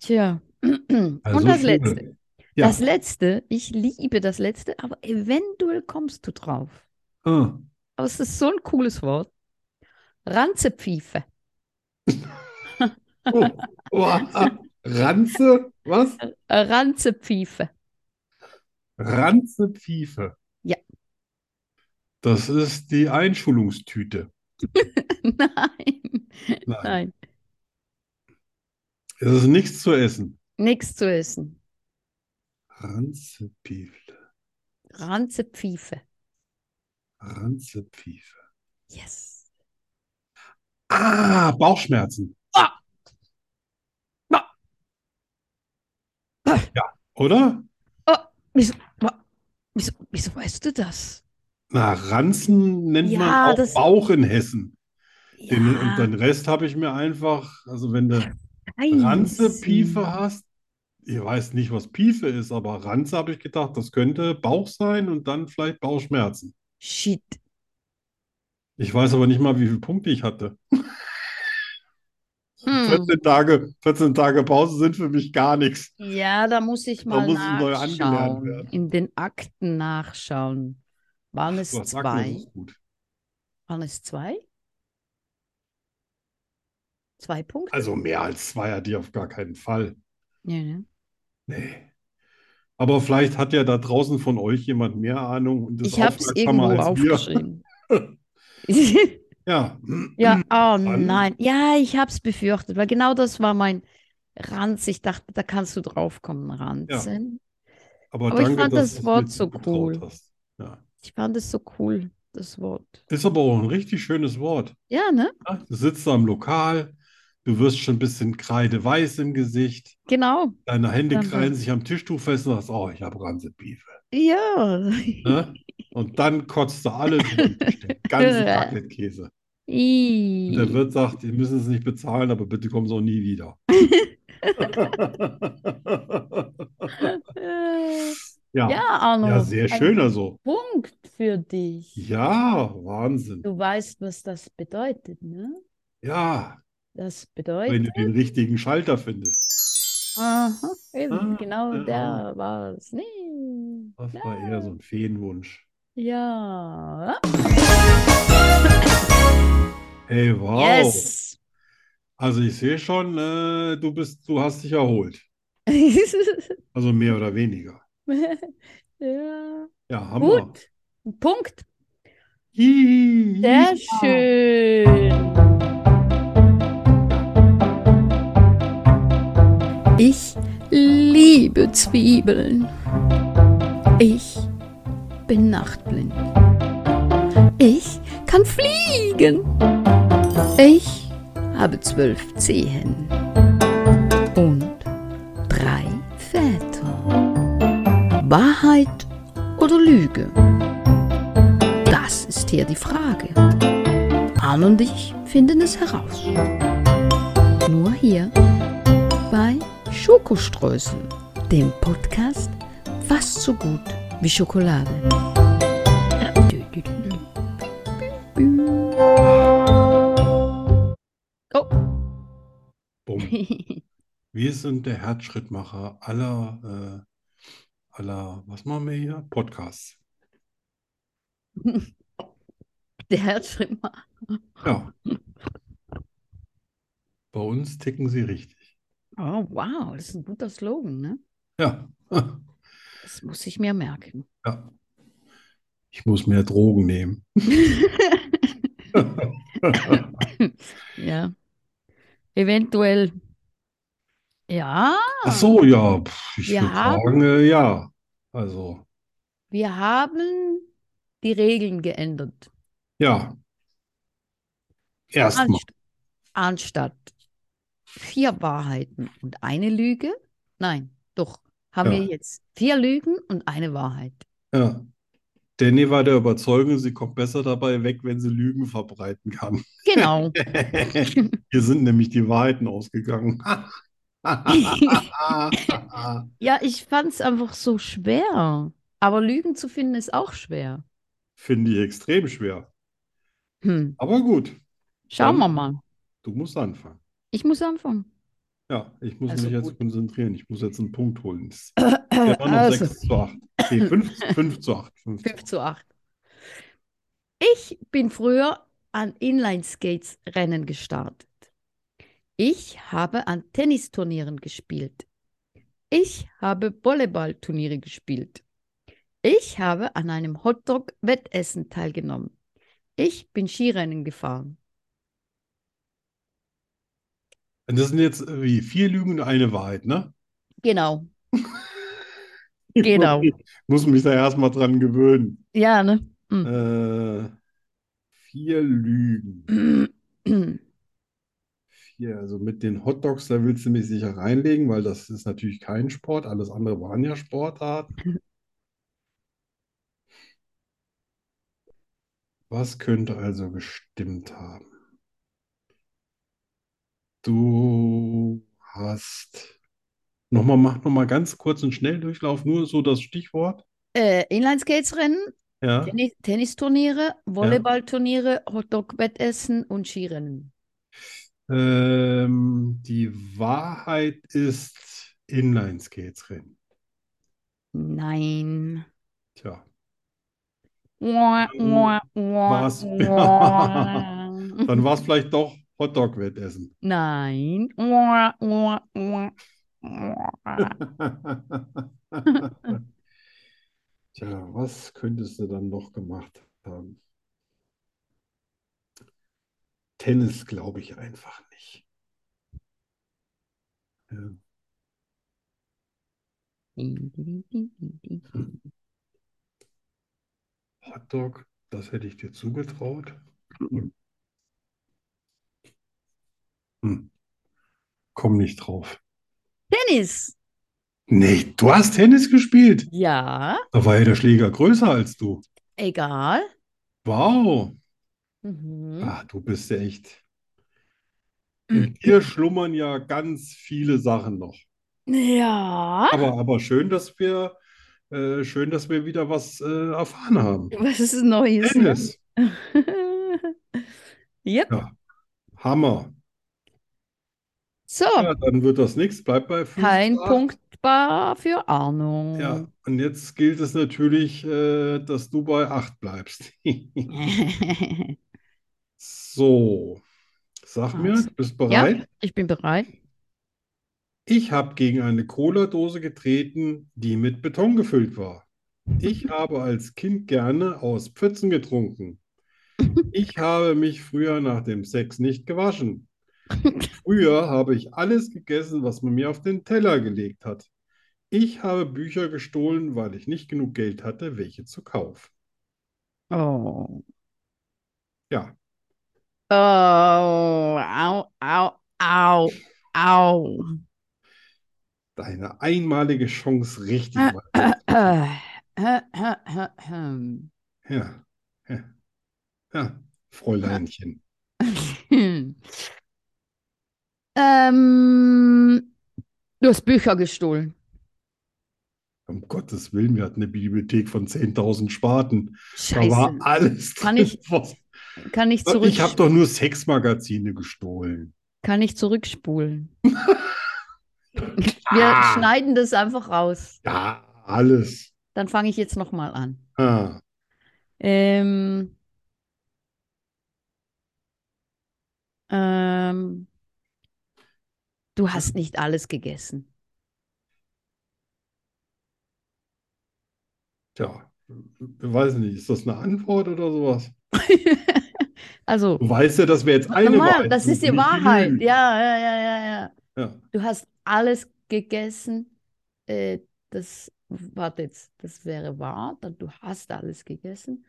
Speaker 1: Tja. Und
Speaker 2: Also
Speaker 1: das
Speaker 2: Schule.
Speaker 1: Letzte.
Speaker 2: Ja.
Speaker 1: Das letzte, ich liebe das letzte, aber eventuell kommst du drauf.
Speaker 2: Ah.
Speaker 1: Aber es ist so ein cooles Wort. Ranzepfiefe.
Speaker 2: Oh. Boah. Ranze, was?
Speaker 1: Äh, Ranzepfiefe.
Speaker 2: Ranzepfiefe.
Speaker 1: Ja.
Speaker 2: Das ist die Einschulungstüte.
Speaker 1: Nein,
Speaker 2: Nein,
Speaker 1: nein.
Speaker 2: es ist nichts zu essen.
Speaker 1: Nichts zu essen.
Speaker 2: Ranzepfiefe.
Speaker 1: Ranzepfiefe.
Speaker 2: Ranzepfiefe.
Speaker 1: Yes.
Speaker 2: Ah, Bauchschmerzen.
Speaker 1: Ah. Ah. Ah.
Speaker 2: Ja, oder?
Speaker 1: Wieso, wa- wieso, wieso weißt du das?
Speaker 2: Na, Ranzen nennt man
Speaker 1: Ja,
Speaker 2: auch
Speaker 1: das-
Speaker 2: Bauch in Hessen. Den,
Speaker 1: Ja,
Speaker 2: und den Rest habe ich mir einfach, also wenn du
Speaker 1: nein.
Speaker 2: Ranze, Piefe hast, ich weiß nicht, was Piefe ist, aber Ranze habe ich gedacht, das könnte Bauch sein und dann vielleicht Bauchschmerzen.
Speaker 1: Shit.
Speaker 2: Ich weiß aber nicht mal, wie viele Punkte ich hatte.
Speaker 1: Hm.
Speaker 2: 14 Tage, 14 Tage Pause sind für mich gar nichts.
Speaker 1: Ja, da muss ich
Speaker 2: Da
Speaker 1: mal
Speaker 2: muss es neu angelernt
Speaker 1: nachschauen.
Speaker 2: werden.
Speaker 1: In den Akten nachschauen. Waren es
Speaker 2: Was sagt man,
Speaker 1: zwei?
Speaker 2: das ist gut.
Speaker 1: Waren es zwei? Zwei Punkte?
Speaker 2: Also mehr als zwei hatte ich auf gar keinen Fall. Also
Speaker 1: Ja, ja.
Speaker 2: Nee. Aber vielleicht hat ja da draußen von euch jemand mehr Ahnung und ist
Speaker 1: Ich habe es
Speaker 2: aufmerksamer
Speaker 1: irgendwo
Speaker 2: als wir.
Speaker 1: aufgeschrieben. ja,
Speaker 2: Ja. Mhm.
Speaker 1: oh nein. Ja, ich habe es befürchtet, weil genau das war mein Ranz. Ich dachte, da kannst du draufkommen, Ranzen.
Speaker 2: Aber
Speaker 1: Aber ich
Speaker 2: danke,
Speaker 1: fand
Speaker 2: dass
Speaker 1: das
Speaker 2: du es
Speaker 1: Wort
Speaker 2: mir
Speaker 1: so
Speaker 2: zugetraut
Speaker 1: cool.
Speaker 2: hast. Ja.
Speaker 1: Ich fand es so cool, das Wort.
Speaker 2: Ist aber auch ein richtig schönes Wort.
Speaker 1: Ja, ne?
Speaker 2: ne? Du sitzt da im Lokal, du wirst schon ein bisschen kreideweiß im Gesicht,
Speaker 1: Genau.
Speaker 2: deine Hände
Speaker 1: Dann-
Speaker 2: krallen sich am Tischtuch fest und sagst, oh, ich habe Ransepiefe.
Speaker 1: Ja.
Speaker 2: Ne? Und dann kotzt du alle durch den ganzen Packet Käse. Und der
Speaker 1: Ih.
Speaker 2: Wirt sagt, die müssen es nicht bezahlen, aber bitte kommen sie auch nie wieder.
Speaker 1: Äh,
Speaker 2: Ja,
Speaker 1: Ja, Arno.
Speaker 2: ja, sehr
Speaker 1: ein
Speaker 2: schön also.
Speaker 1: Punkt für dich.
Speaker 2: Ja, Wahnsinn.
Speaker 1: Du weißt, was das bedeutet, ne?
Speaker 2: Ja,
Speaker 1: Das
Speaker 2: wenn
Speaker 1: bedeutet.
Speaker 2: du den richtigen Schalter findest.
Speaker 1: Aha, eben,
Speaker 2: Ah,
Speaker 1: genau
Speaker 2: ja.
Speaker 1: der war es. Nee.
Speaker 2: Das
Speaker 1: Ja.
Speaker 2: war eher so ein Feenwunsch.
Speaker 1: Ja.
Speaker 2: Hey, wow.
Speaker 1: Yes.
Speaker 2: Also ich sehe schon, äh, du bist, du hast dich erholt. Also mehr oder weniger.
Speaker 1: ja.
Speaker 2: Ja, Hammer.
Speaker 1: Gut. Punkt.
Speaker 2: Hihi.
Speaker 1: Sehr schön.
Speaker 3: Ich liebe Zwiebeln. Ich bin nachtblind. Ich kann fliegen. Ich habe zwölf Zehen und drei Väter. Wahrheit oder Lüge? Das ist hier die Frage. Arne und ich finden es heraus. Nur hier bei Schokoströßen, dem Podcast fast so gut wie Schokolade.
Speaker 2: Bumm. Wir sind der Herzschrittmacher aller, äh, aller, was machen wir hier? Podcasts.
Speaker 1: Der Herzschritt macht.
Speaker 2: Ja. Bei uns ticken sie richtig.
Speaker 1: Oh, wow, das ist ein guter Slogan, ne?
Speaker 2: Ja.
Speaker 1: Das muss ich mir merken.
Speaker 2: Ja. Ich muss mehr Drogen nehmen.
Speaker 1: Ja. Eventuell. Ja,
Speaker 2: Ach so, ja, pf, ich
Speaker 1: Wir
Speaker 2: würde
Speaker 1: haben-
Speaker 2: sagen, äh, ja. Also,
Speaker 1: wir haben die Regeln geändert.
Speaker 2: ja. Erstmal.
Speaker 1: Anst anstatt vier Wahrheiten und eine Lüge, nein, doch, haben
Speaker 2: Ja.
Speaker 1: wir jetzt vier Lügen und eine Wahrheit.
Speaker 2: Ja. Danny war der Überzeugung, sie kommt besser dabei weg, wenn sie Lügen verbreiten kann.
Speaker 1: Genau.
Speaker 2: Hier sind nämlich die Wahrheiten ausgegangen.
Speaker 1: ja, ich fand es einfach so schwer. Aber Lügen zu finden ist auch schwer.
Speaker 2: Finde ich extrem schwer.
Speaker 1: Hm.
Speaker 2: Aber gut,
Speaker 1: Schauen wir
Speaker 2: Dann-
Speaker 1: mal.
Speaker 2: du musst anfangen.
Speaker 1: Ich muss anfangen.
Speaker 2: Ja, ich muss
Speaker 1: Also
Speaker 2: mich jetzt
Speaker 1: gut.
Speaker 2: konzentrieren. Ich muss jetzt einen Punkt holen. Es waren noch
Speaker 1: Also.
Speaker 2: 6 zu 8. Nee, 5, 5 zu 8. 5 zu
Speaker 1: 5 zu 8. Ich bin früher an Inline-Skates-Rennen gestartet. Ich habe an Tennisturnieren gespielt. Ich habe Volleyballturniere gespielt. Ich habe an einem Hotdog-Wettessen teilgenommen. Ich bin Skirennen gefahren.
Speaker 2: Und Das sind jetzt äh, wie vier Lügen und eine Wahrheit, ne?
Speaker 1: Genau.
Speaker 2: Ich muss
Speaker 1: Genau.
Speaker 2: mich- muss mich da erstmal dran gewöhnen.
Speaker 1: Ja, ne? Hm.
Speaker 2: Äh, vier Lügen. Vier, also mit den Hotdogs, da willst du mich sicher reinlegen, weil das ist natürlich kein Sport. Alles andere waren ja Sportarten. Was könnte also gestimmt haben? Du hast. Nochmal, mach nochmal ganz kurz einen Schnelldurchlauf, nur so das Stichwort.
Speaker 1: Äh, Inline-Skates-Rennen,
Speaker 2: Ja.
Speaker 1: Tennis Tennisturniere, Volleyballturniere, Hotdog-Wettessen und Skirennen.
Speaker 2: Ähm, die Wahrheit ist Inlineskates rennen.
Speaker 1: Nein.
Speaker 2: Tja, Was?
Speaker 1: Nein.
Speaker 2: dann war es vielleicht doch Hotdog-Wettessen. Tja, was könntest du dann noch gemacht haben? Tennis glaube ich einfach nicht. Ähm, Ja. Hotdog, das hätte ich dir zugetraut. Hm. Hm. Komm nicht drauf.
Speaker 1: Tennis.
Speaker 2: Nee, du hast Tennis gespielt.
Speaker 1: Ja,
Speaker 2: Da war ja der Schläger größer als du.
Speaker 1: egal.
Speaker 2: Wow.
Speaker 1: Mhm.
Speaker 2: Ah, du bist ja echt.
Speaker 1: Hm.
Speaker 2: In dir schlummern ja ganz viele Sachen noch.
Speaker 1: Ja.
Speaker 2: Aber, aber schön, dass wir, äh, schön, dass wir wieder was äh, erfahren haben.
Speaker 1: Was ist Neues? ne?
Speaker 2: Dennis,
Speaker 1: Yep.
Speaker 2: Hammer.
Speaker 1: So,
Speaker 2: Ja, dann wird das nichts. Bleibt bei fünf
Speaker 1: kein
Speaker 2: Grad.
Speaker 1: Punkt bar für Arno.
Speaker 2: Ja, und jetzt gilt es natürlich, äh, dass du bei acht bleibst. So, sag mir,
Speaker 1: Also,
Speaker 2: du bist bereit?
Speaker 1: Ich bin bereit.
Speaker 2: Ich habe gegen eine Cola-Dose getreten, die mit Beton gefüllt war. Ich habe als Kind gerne aus Pfützen getrunken. Ich habe mich früher nach dem Sex nicht gewaschen. Früher habe ich alles gegessen, was man mir auf den Teller gelegt hat. Ich habe Bücher gestohlen, weil ich nicht genug Geld hatte, welche zu kaufen.
Speaker 1: Oh.
Speaker 2: Ja,
Speaker 1: Oh, au, au, au, au.
Speaker 2: deine einmalige Chance, richtig
Speaker 1: Ah,
Speaker 2: mal. Ja, ja, ja, Fräuleinchen.
Speaker 1: Ähm, du hast Bücher gestohlen.
Speaker 2: Um Gottes Willen, wir hatten eine Bibliothek von 10.000 Sparten. Da war
Speaker 1: Scheiße.
Speaker 2: alles
Speaker 1: Kann
Speaker 2: drin,
Speaker 1: ich
Speaker 2: was-
Speaker 1: Kann ich zurück,
Speaker 2: Ich habe doch nur Sexmagazine gestohlen.
Speaker 1: kann ich zurückspulen. Wir
Speaker 2: Ah.
Speaker 1: schneiden das einfach raus.
Speaker 2: Ja, alles.
Speaker 1: Dann fange ich jetzt nochmal an.
Speaker 2: Ah,
Speaker 1: Ähm, ähm, du hast nicht alles gegessen.
Speaker 2: tja, ich weiß nicht, ist das eine Antwort oder sowas?
Speaker 1: Also,
Speaker 2: Du weißt ja, dass wir jetzt eine
Speaker 1: normal,
Speaker 2: Wahrheit
Speaker 1: das ist die
Speaker 2: suchen, nicht die
Speaker 1: Wahrheit.
Speaker 2: Lügen.
Speaker 1: Ja, ja, ja, ja, ja.
Speaker 2: Ja.
Speaker 1: Du hast alles gegessen. Äh, das, warte jetzt, das wäre wahr. Dann du hast alles gegessen.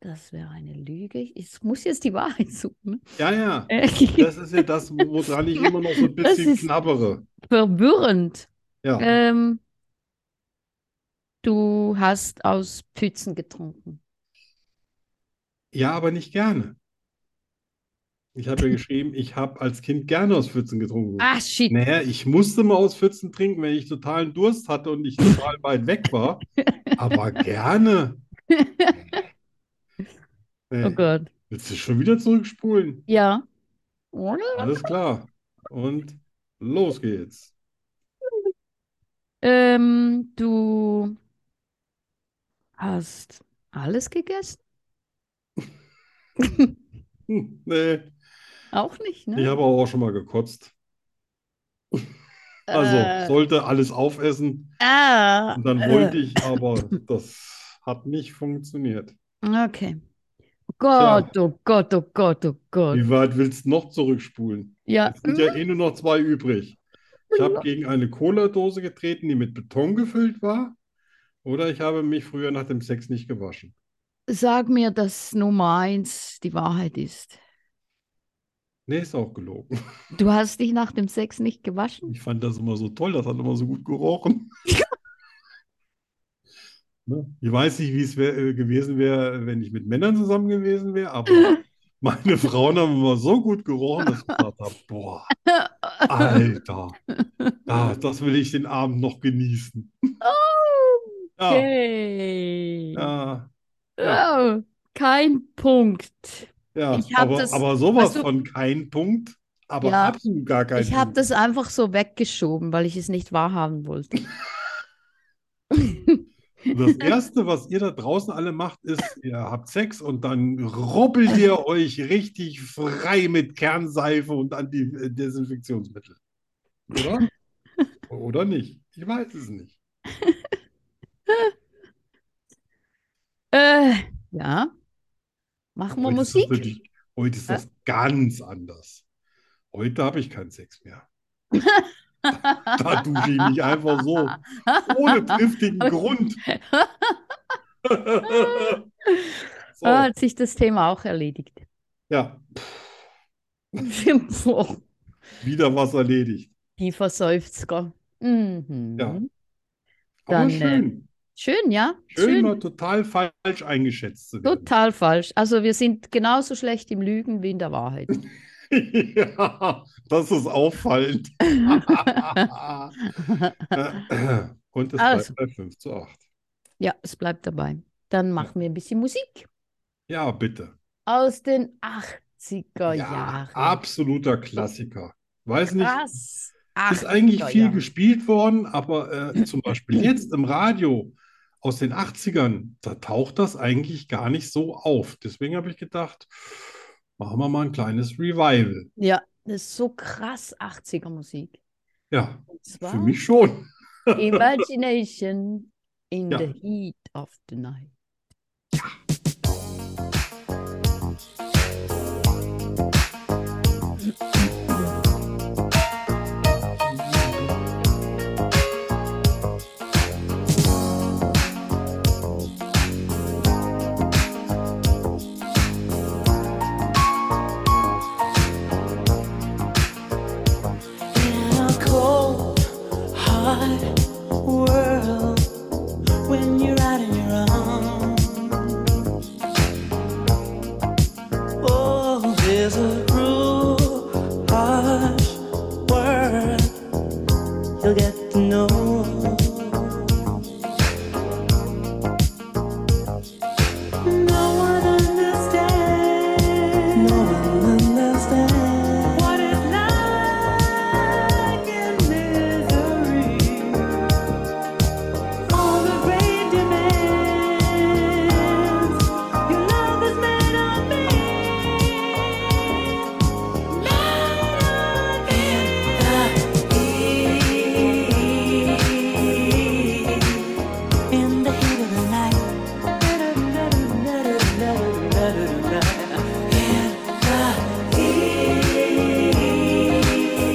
Speaker 1: Das wäre eine Lüge. Ich muss jetzt die Wahrheit suchen.
Speaker 2: Ja, ja,
Speaker 1: Äh,
Speaker 2: das ist ja das, woran ich immer noch so ein
Speaker 1: Das
Speaker 2: bisschen
Speaker 1: ist-
Speaker 2: knabbere.
Speaker 1: verwirrend.
Speaker 2: Ja,
Speaker 1: Ähm, du hast aus Pfützen getrunken.
Speaker 2: ja, aber nicht gerne. Ich habe ja geschrieben, ich habe als Kind gerne aus Pfützen getrunken.
Speaker 1: Ah, shit.
Speaker 2: Naja, ich musste mal aus Pfützen trinken, wenn ich totalen Durst hatte und ich total weit weg war. Aber gerne. Nee.
Speaker 1: Oh Gott.
Speaker 2: Willst du schon wieder zurückspulen?
Speaker 1: Ja. Oder?
Speaker 2: Alles klar. Und los geht's.
Speaker 1: Ähm, du hast alles gegessen?
Speaker 2: Hm, nee,
Speaker 1: Auch nicht,
Speaker 2: ich
Speaker 1: ne?
Speaker 2: habe auch schon mal gekotzt. Also
Speaker 1: Äh,
Speaker 2: sollte alles aufessen.
Speaker 1: ah,
Speaker 2: Und dann
Speaker 1: äh,
Speaker 2: wollte ich, aber das hat nicht funktioniert.
Speaker 1: Okay. Gott, oh Gott, oh Gott, oh Gott.
Speaker 2: Wie weit willst du noch zurückspulen?
Speaker 1: Ja.
Speaker 2: Es sind ja eh nur noch zwei übrig. Ich habe gegen eine Cola-Dose getreten, die mit Beton gefüllt war. Oder ich habe mich früher nach dem Sex nicht gewaschen.
Speaker 1: mm, Sag mir, dass Nummer eins die Wahrheit ist.
Speaker 2: Nee, ist auch gelogen.
Speaker 1: Du hast dich nach dem Sex nicht gewaschen?
Speaker 2: Ich fand das immer so toll, das hat immer so gut gerochen. Ne? Ich weiß nicht, wie es wär, äh, gewesen wäre, wenn ich mit Männern zusammen gewesen wäre, aber meine Frauen haben immer so gut gerochen, dass ich gesagt habe, boah, Alter, ja, das will ich den Abend noch genießen. Ja,
Speaker 1: Okay.
Speaker 2: ja,
Speaker 1: Oh, kein Punkt.
Speaker 2: ja.
Speaker 1: Ich hab
Speaker 2: aber,
Speaker 1: das-
Speaker 2: aber sowas
Speaker 1: weißt du-
Speaker 2: von kein Punkt, aber
Speaker 1: Ja,
Speaker 2: absolut gar kein
Speaker 1: Ich habe
Speaker 2: Punkt.
Speaker 1: das einfach so weggeschoben, weil ich es nicht wahrhaben wollte.
Speaker 2: Und Das Erste, was ihr da draußen alle macht, ist, ihr habt Sex und dann rubbelt ihr euch richtig frei mit Kernseife und Antidesinfektionsmittel. Oder? Oder nicht? Ich weiß es nicht.
Speaker 1: Äh, ja. Machen wir
Speaker 2: Heute ist das
Speaker 1: Musik?
Speaker 2: natürlich- heute ist das ganz anders. Heute habe ich keinen Sex mehr. Da dusche ich mich einfach so, ohne triftigen Grund. So,
Speaker 1: Ah, hat sich das Thema auch erledigt.
Speaker 2: ja,
Speaker 1: Oh,
Speaker 2: wieder was erledigt.
Speaker 1: Die Verseufzger. Mhm.
Speaker 2: Ja. Aber
Speaker 1: Dann, äh,
Speaker 2: schön.
Speaker 1: Schön, ja?
Speaker 2: Schön, mal total falsch eingeschätzt zu werden.
Speaker 1: Total falsch. Also wir sind genauso schlecht im Lügen wie in der Wahrheit.
Speaker 2: Ja, das ist auffallend. Äh, Und es
Speaker 1: Also.
Speaker 2: bleibt bei 5 zu 8.
Speaker 1: Ja, es bleibt dabei. Dann machen wir ein bisschen Musik
Speaker 2: Ja, bitte.
Speaker 1: aus den 80er
Speaker 2: Ja,
Speaker 1: Jahren.
Speaker 2: absoluter Klassiker. Weiß nicht,
Speaker 1: Krass.
Speaker 2: ist eigentlich
Speaker 1: 80er
Speaker 2: viel
Speaker 1: Jahre.
Speaker 2: gespielt worden, aber äh, zum Beispiel jetzt im Radio aus den 80ern, da taucht das eigentlich gar nicht so auf. Deswegen habe ich gedacht, machen wir mal ein kleines Revival.
Speaker 1: Ja, das ist so krass 80er Musik.
Speaker 2: Ja,
Speaker 1: Und zwar
Speaker 2: für mich schon.
Speaker 1: Imagination in
Speaker 2: Ja.
Speaker 1: the Heat of the Night.
Speaker 4: In a cold, hard world, when you're out on your own, oh, there's a cruel, harsh word you'll get to know. No one understands. No one understands what it's like in misery. All the great demands your love is made of me. In the heat of the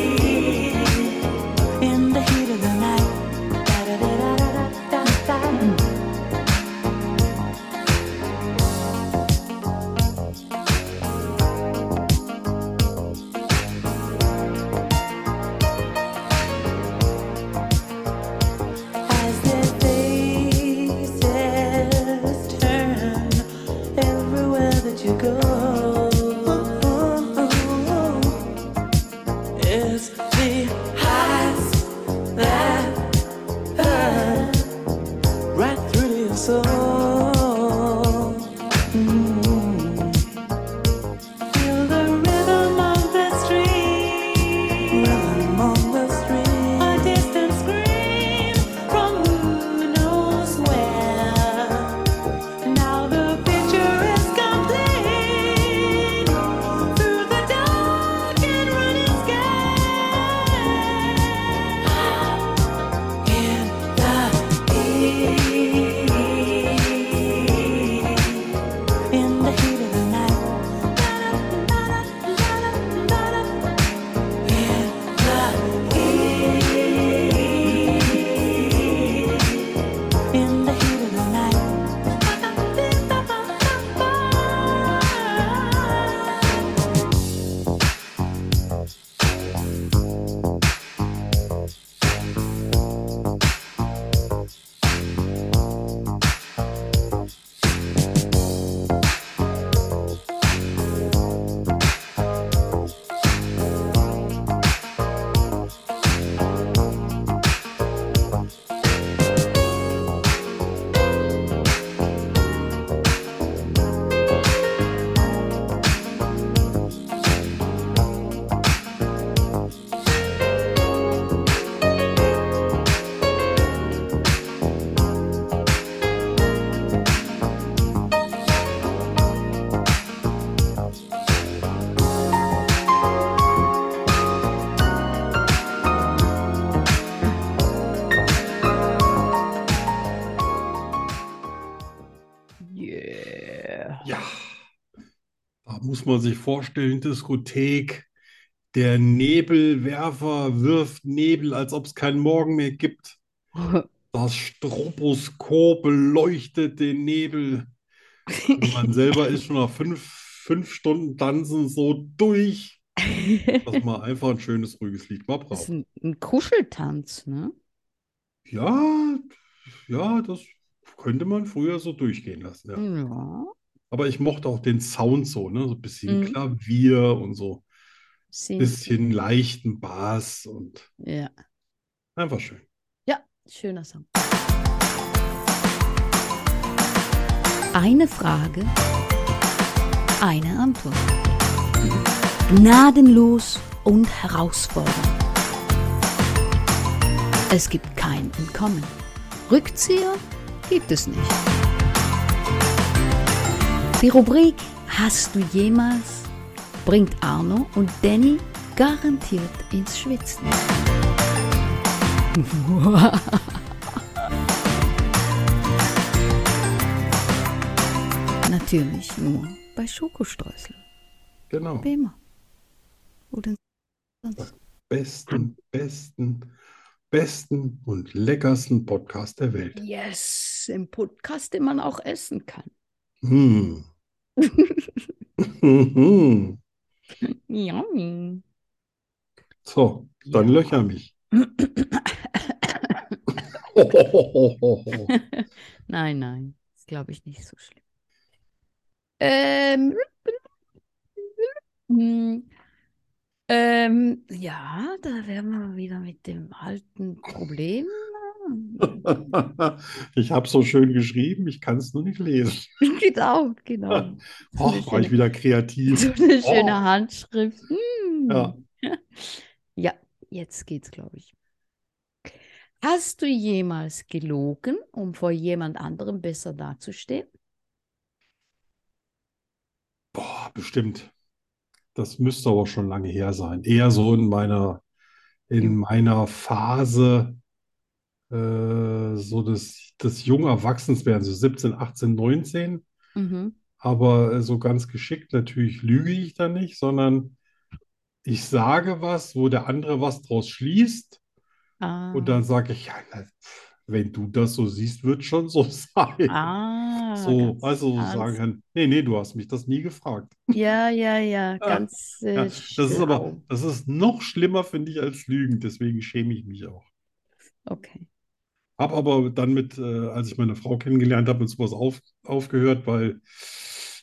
Speaker 4: night. In the heat of the night. As their faces turn everywhere that you go, it's the heights that hurt right through to your soul. Mm. Feel the rhythm of the stream, rhythm of the stream, a distant scream from who knows where. Now the picture is complete through the dark and running sky in the heat. In the heat of the night, in the heat of the night.
Speaker 1: Yeah.
Speaker 2: Ja, da muss man sich vorstellen, Diskothek, der Nebelwerfer wirft Nebel, als ob es keinen Morgen mehr gibt. Das Stroboskop beleuchtet den Nebel. Und man selber ist schon nach fünf, fünf Stunden Tanzen so durch, dass man einfach ein schönes, ruhiges Lied mal
Speaker 1: Das ist
Speaker 2: braucht.
Speaker 1: ein, ein Kuscheltanz, ne?
Speaker 2: Ja, ja, das könnte man früher so durchgehen lassen,
Speaker 1: Mhm.
Speaker 2: ja.
Speaker 1: Ja.
Speaker 2: Aber ich mochte auch den Sound so, ne? So ein bisschen
Speaker 1: Mhm.
Speaker 2: Klavier und so ein
Speaker 1: Sing.
Speaker 2: bisschen leichten Bass und
Speaker 1: Ja.
Speaker 2: einfach schön.
Speaker 1: ja, schöner Song.
Speaker 3: Eine Frage, eine Antwort. Gnadenlos und herausfordernd. Es gibt kein Entkommen. Rückzieher gibt es nicht. Die Rubrik Hast du jemals bringt Arno und Danny garantiert ins Schwitzen. Natürlich nur bei Schokostreusel.
Speaker 2: Genau.
Speaker 3: Wie immer. Oder sonst.
Speaker 2: Besten, besten, besten und leckersten Podcast der Welt.
Speaker 1: Yes, im Podcast, den man auch essen kann.
Speaker 2: Hm. Mhm.
Speaker 1: Yummy.
Speaker 2: So, dann
Speaker 1: Ja.
Speaker 2: löcher mich. Hohohohoho.
Speaker 1: Nein, nein, ist, glaube ich, nicht so schlimm. Ähm, hm, ähm, ja, da wären wir wieder mit dem alten Problem.
Speaker 2: Ich habe so schön geschrieben, ich kann es nur nicht lesen.
Speaker 1: Genau, genau. So eine
Speaker 2: Och, war ich
Speaker 1: schöne,
Speaker 2: wieder kreativ.
Speaker 1: so eine
Speaker 2: Oh.
Speaker 1: schöne Handschrift. Hm.
Speaker 2: Ja.
Speaker 1: Ja, jetzt geht's, glaube ich. Hast du jemals gelogen, um vor jemand anderem besser dazustehen?
Speaker 2: Boah, bestimmt. Das müsste aber schon lange her sein. Eher so in meiner, in meiner Phase, äh, so des, des jungen Erwachsenwerdens, so 17, 18, 19.
Speaker 1: Mhm.
Speaker 2: Aber äh, so ganz geschickt, natürlich lüge ich da nicht, sondern ich sage was, wo der andere was draus schließt.
Speaker 1: Ah,
Speaker 2: Und
Speaker 1: Mhm.
Speaker 2: dann sage ich, ja, na, pf, wenn du das so siehst, wird schon so sein.
Speaker 1: Ah,
Speaker 2: So,
Speaker 1: ganz,
Speaker 2: also so
Speaker 1: ganz,
Speaker 2: sagen kann, nee, nee, du hast mich das nie gefragt.
Speaker 1: ja, ja, ja, ganz äh,
Speaker 2: Ah, Ja, das ist aber,
Speaker 1: schlau.
Speaker 2: das ist noch schlimmer, finde ich, als Lügen. Deswegen schäme ich mich auch.
Speaker 1: Okay.
Speaker 2: Hab aber dann mit, äh, als ich meine Frau kennengelernt habe, mit sowas auf, aufgehört, weil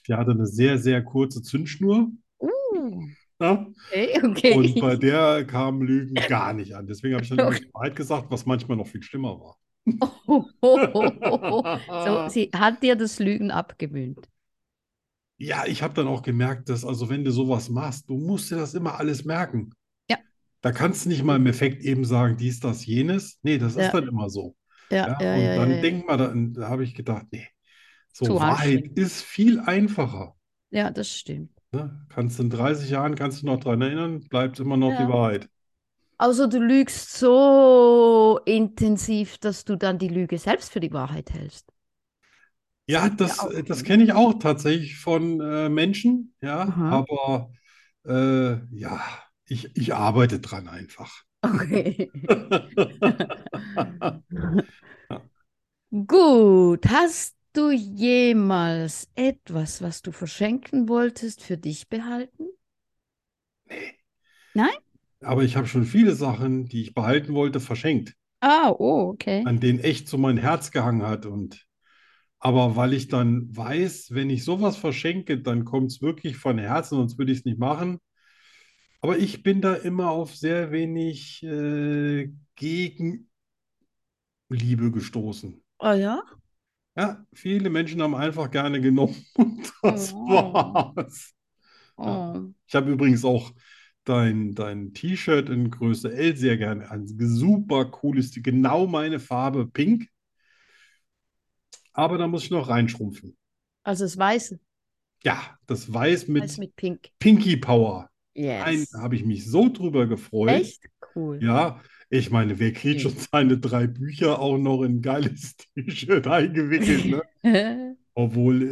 Speaker 2: die hatte eine sehr, sehr kurze Zündschnur.
Speaker 1: Uh,
Speaker 2: ne?
Speaker 1: okay, okay.
Speaker 2: Und bei der kamen Lügen gar nicht an. Deswegen habe ich dann immer die Wahrheit gesagt, was manchmal noch viel schlimmer war.
Speaker 1: Ho, ho, ho, ho, ho. oh, So, sie hat dir das Lügen abgewöhnt.
Speaker 2: Ja, ich habe dann auch gemerkt, dass, also wenn du sowas machst, du musst dir das immer alles merken.
Speaker 1: Ja.
Speaker 2: Da kannst du nicht mal im Effekt eben sagen, dies, das, jenes. Nee, das ist
Speaker 1: Ja.
Speaker 2: dann immer so.
Speaker 1: Ja, ja,
Speaker 2: und
Speaker 1: ja,
Speaker 2: dann
Speaker 1: ja, ja.
Speaker 2: denkt man, da, und da habe ich gedacht, nee, so
Speaker 1: Zu
Speaker 2: Wahrheit
Speaker 1: anstrengend.
Speaker 2: ist viel einfacher.
Speaker 1: Ja, das stimmt.
Speaker 2: Ne? Kannst in 30 Jahren, kannst du noch dran erinnern, bleibt immer noch die
Speaker 1: Ja.
Speaker 2: Wahrheit.
Speaker 1: Also du lügst so intensiv, dass du dann die Lüge selbst für die Wahrheit hältst.
Speaker 2: Ja, das,
Speaker 1: auch
Speaker 2: äh, das
Speaker 1: schön.
Speaker 2: kenne ich auch tatsächlich von äh, Menschen, ja,
Speaker 1: Aha.
Speaker 2: aber äh, ja, ich, ich arbeite dran einfach.
Speaker 1: Okay. Gut, hast du jemals etwas, was du verschenken wolltest, für dich behalten?
Speaker 2: Aber ich habe schon viele Sachen, die ich behalten wollte, verschenkt,
Speaker 1: Ah, oh, okay.
Speaker 2: an denen echt so mein Herz gehangen hat. Und aber weil ich dann weiß, wenn ich sowas verschenke, dann kommt es wirklich von Herzen, sonst würde ich es nicht machen. Aber ich bin da immer auf sehr wenig äh, Gegenliebe gestoßen.
Speaker 1: Ah ja?
Speaker 2: Ja, viele Menschen haben einfach gerne genommen und das
Speaker 1: Oh.
Speaker 2: war's.
Speaker 1: Oh.
Speaker 2: Ich habe übrigens auch dein, dein T-Shirt in Größe L sehr gerne an. Super cooles, genau meine Farbe, pink. Aber da muss ich noch reinschrumpfen.
Speaker 1: Also das Weiße,
Speaker 2: Ja, das Weiß
Speaker 1: Weiß
Speaker 2: mit
Speaker 1: mit Pink.
Speaker 2: Pinky Power. Ein,
Speaker 1: Yes.
Speaker 2: da habe ich mich so drüber gefreut.
Speaker 1: Echt cool.
Speaker 2: Ja, ich meine, wer kriegt
Speaker 1: Mhm.
Speaker 2: schon seine drei Bücher auch noch in ein geiles T-Shirt eingewickelt, ne? Obwohl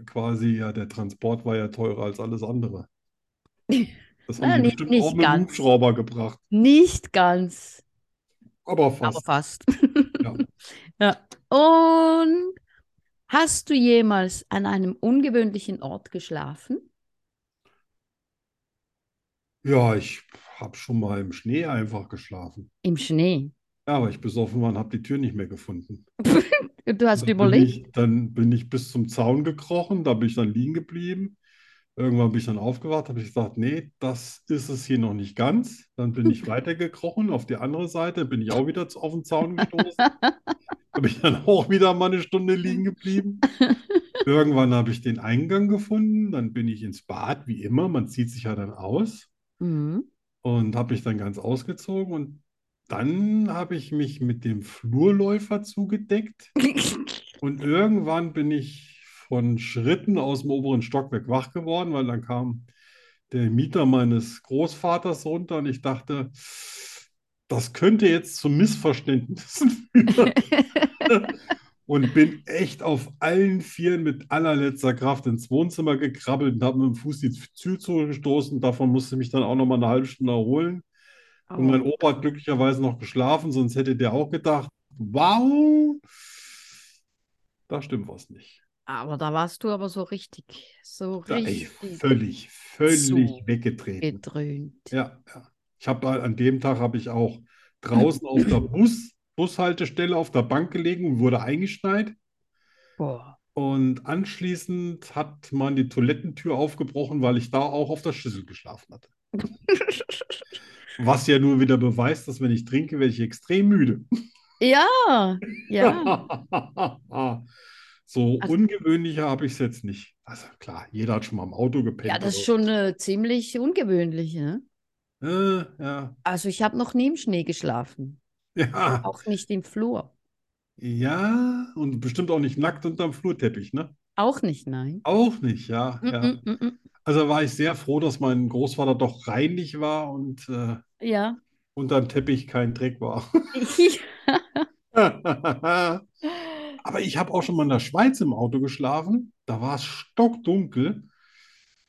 Speaker 2: äh, quasi ja der Transport war ja teurer als alles andere. Das haben
Speaker 1: Na,
Speaker 2: die
Speaker 1: nicht-
Speaker 2: bestimmt
Speaker 1: Ah, nicht
Speaker 2: auch mit dem
Speaker 1: ganz.
Speaker 2: Hubschrauber gebracht,
Speaker 1: Nicht ganz,
Speaker 2: aber
Speaker 1: aber
Speaker 2: fast.
Speaker 1: fast.
Speaker 2: Ja.
Speaker 1: Ja. Und hast du jemals an einem ungewöhnlichen Ort geschlafen?
Speaker 2: Ja, ich habe schon mal im Schnee einfach geschlafen.
Speaker 1: Im Schnee.
Speaker 2: Ja, aber ich besoffen war und habe die Tür nicht mehr gefunden.
Speaker 1: Du hast
Speaker 2: Dann bin
Speaker 1: überlegt.
Speaker 2: ich, dann bin ich bis zum Zaun gekrochen, da bin ich dann liegen geblieben. Irgendwann bin ich dann aufgewacht, habe ich gesagt, nee, das ist es hier noch nicht ganz. Dann bin ich weitergekrochen auf die andere Seite, bin ich auch wieder zu- auf den Zaun gestoßen. Da bin ich dann auch wieder mal eine Stunde liegen geblieben. Irgendwann habe ich den Eingang gefunden, dann bin ich ins Bad, wie immer, man zieht sich ja dann aus
Speaker 1: Mhm.
Speaker 2: und habe mich dann ganz ausgezogen und dann habe ich mich mit dem Flurläufer zugedeckt. Und irgendwann bin ich von Schritten aus dem oberen Stockwerk wach geworden, weil dann kam der Mieter meines Großvaters runter und ich dachte, das könnte jetzt zu Missverständnissen führen. Und bin echt auf allen Vieren mit allerletzter Kraft ins Wohnzimmer gekrabbelt und habe mit dem Fuß die Tür zugestoßen. Davon musste ich mich dann auch noch mal eine halbe Stunde erholen. Und mein Opa hat glücklicherweise noch geschlafen, sonst hätte der auch gedacht, wow, da stimmt was nicht.
Speaker 1: Oh, Aber da warst du aber so richtig, so
Speaker 2: Da, ey,
Speaker 1: richtig
Speaker 2: völlig, völlig
Speaker 1: So.
Speaker 2: weggetreten.
Speaker 1: gedröhnt.
Speaker 2: Ja, ja. Ich habe an dem Tag habe ich auch draußen auf der Bus, Bushaltestelle auf der Bank gelegen und wurde eingeschneit.
Speaker 1: Boah.
Speaker 2: Und anschließend hat man die Toilettentür aufgebrochen, weil ich da auch auf der Schüssel geschlafen hatte. Was ja nur wieder beweist, dass wenn ich trinke, werde ich extrem müde.
Speaker 1: Ja, ja.
Speaker 2: So
Speaker 1: Also-
Speaker 2: ungewöhnlicher habe ich es jetzt nicht. Also klar, jeder hat schon mal im Auto gepennt.
Speaker 1: Ja, das ist
Speaker 2: oder-
Speaker 1: schon äh, ziemlich ungewöhnlich, ne?
Speaker 2: Äh, ja,
Speaker 1: Also ich habe noch nie im Schnee geschlafen,
Speaker 2: ja.
Speaker 1: auch nicht im Flur.
Speaker 2: Ja, und bestimmt auch nicht nackt unterm Flurteppich, ne?
Speaker 1: Auch nicht, nein.
Speaker 2: Auch nicht, ja, ja.
Speaker 1: Mm, mm, mm, mm.
Speaker 2: Also war ich sehr froh, dass mein Großvater doch reinlich war und äh,
Speaker 1: Ja.
Speaker 2: unterm Teppich kein Dreck war. Aber ich habe auch schon mal in der Schweiz im Auto geschlafen. Da war es stockdunkel.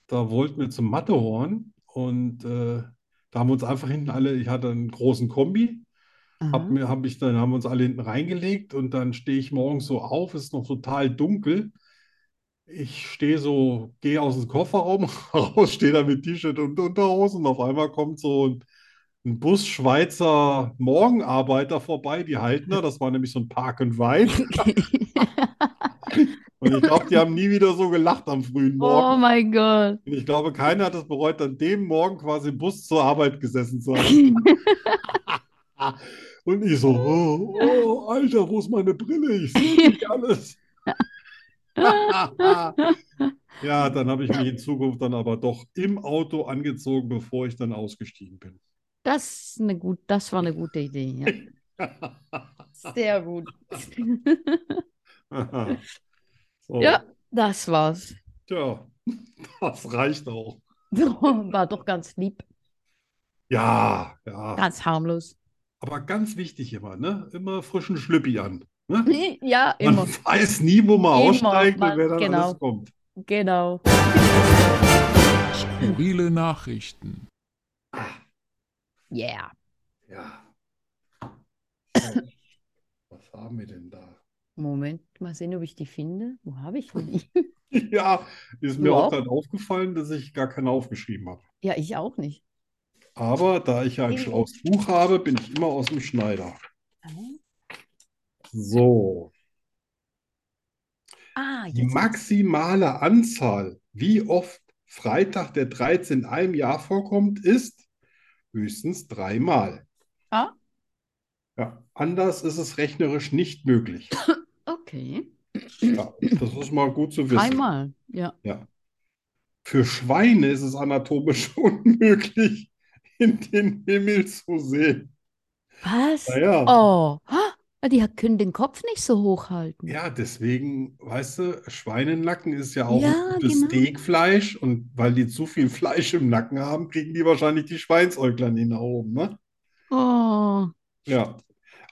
Speaker 2: Da wollten wir zum Matterhorn und äh, da haben wir uns einfach hinten alle, ich hatte einen großen Kombi. Hab
Speaker 1: Aha.
Speaker 2: mir, hab ich, dann haben wir uns alle hinten reingelegt und dann stehe ich morgens so auf, es ist noch total dunkel. Ich stehe so, gehe aus dem Kofferraum raus, stehe da mit T-Shirt und Unterhosen und auf einmal kommt so ein, ein Bus Schweizer Morgenarbeiter vorbei, die Haltner, das war nämlich so ein Park and Ride. Und ich glaube, die haben nie wieder so gelacht am frühen
Speaker 1: Oh
Speaker 2: Morgen.
Speaker 1: mein Gott.
Speaker 2: Und ich glaube, keiner hat es bereut, an dem Morgen quasi im Bus zur Arbeit gesessen zu haben. Und ich so, oh, oh, Alter, wo ist meine Brille? Ich sehe nicht alles. ja, dann habe ich mich in Zukunft dann aber doch im Auto angezogen, bevor ich dann ausgestiegen bin.
Speaker 1: Das, ist eine gut, das war eine gute Idee, ja. Sehr gut.
Speaker 2: so,
Speaker 1: Ja. Das war's.
Speaker 2: tja, das reicht auch.
Speaker 1: War doch ganz lieb,
Speaker 2: Ja, ja.
Speaker 1: ganz harmlos.
Speaker 2: Aber ganz wichtig immer, ne? Immer frischen Schlüppi an. Ne?
Speaker 1: Ja,
Speaker 2: Man
Speaker 1: immer.
Speaker 2: weiß nie, wo man
Speaker 1: Immer,
Speaker 2: aussteigt
Speaker 1: man-
Speaker 2: und wer dann
Speaker 1: genau.
Speaker 2: alles kommt.
Speaker 1: Genau.
Speaker 5: Skurrile Nachrichten.
Speaker 1: Yeah.
Speaker 2: Ja. Was haben wir denn da?
Speaker 1: Moment, mal sehen, ob ich die finde. Wo habe ich die?
Speaker 2: Ja, ist mir auch
Speaker 1: Ja.
Speaker 2: dann aufgefallen, dass ich gar keine aufgeschrieben habe.
Speaker 1: Ja, ich auch nicht.
Speaker 2: Aber da ich ja ein schlaues Buch habe, bin ich immer aus dem Schneider. So,
Speaker 1: Ah,
Speaker 2: die
Speaker 1: jetzt.
Speaker 2: maximale Anzahl, wie oft Freitag der 13 in einem Jahr vorkommt, ist höchstens dreimal.
Speaker 1: Ah.
Speaker 2: Ja, anders ist es rechnerisch nicht möglich.
Speaker 1: Okay.
Speaker 2: Ja, das ist mal gut zu wissen.
Speaker 1: Dreimal. Ja.
Speaker 2: Für Schweine ist es anatomisch unmöglich, in den Himmel zu sehen.
Speaker 1: Was?
Speaker 2: Naja,
Speaker 1: Oh. Ah, Die können den Kopf nicht so hoch halten.
Speaker 2: ja, deswegen, weißt du, Schweinenacken ist ja auch
Speaker 1: Ja,
Speaker 2: ein gutes
Speaker 1: genau.
Speaker 2: Steakfleisch und weil die zu viel Fleisch im Nacken haben, kriegen die wahrscheinlich die Schweinsäuglein hin nach oben, ne?
Speaker 1: Oh.
Speaker 2: Ja.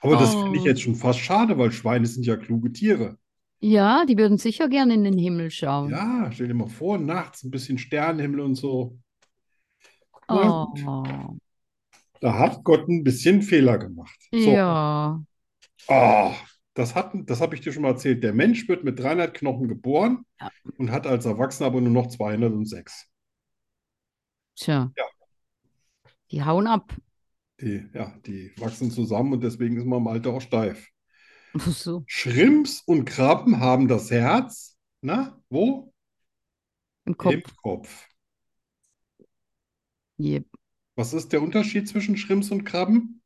Speaker 2: Aber das finde ich
Speaker 1: Oh.
Speaker 2: jetzt schon fast schade, weil Schweine sind ja kluge Tiere.
Speaker 1: Ja, die würden sicher gerne in den Himmel schauen.
Speaker 2: Ja, stell dir mal vor, nachts ein bisschen Sternenhimmel und so. Na gut,
Speaker 1: Oh.
Speaker 2: da hat Gott ein bisschen Fehler gemacht. So.
Speaker 1: Ja.
Speaker 2: Ah, das hatten, das habe ich dir schon mal erzählt, der Mensch wird mit 300 Knochen geboren
Speaker 1: Ja.
Speaker 2: und hat als Erwachsener aber nur noch 206.
Speaker 1: Tja.
Speaker 2: Ja.
Speaker 1: Die hauen ab.
Speaker 2: Die, ja, die wachsen zusammen und deswegen ist man im Alter auch steif.
Speaker 1: Ach So.
Speaker 2: Schrimps und Krabben haben das Herz, na, wo?
Speaker 1: Im Kopf.
Speaker 2: Im Kopf.
Speaker 1: Yep.
Speaker 2: Was ist der Unterschied zwischen Schrimps und Krabben?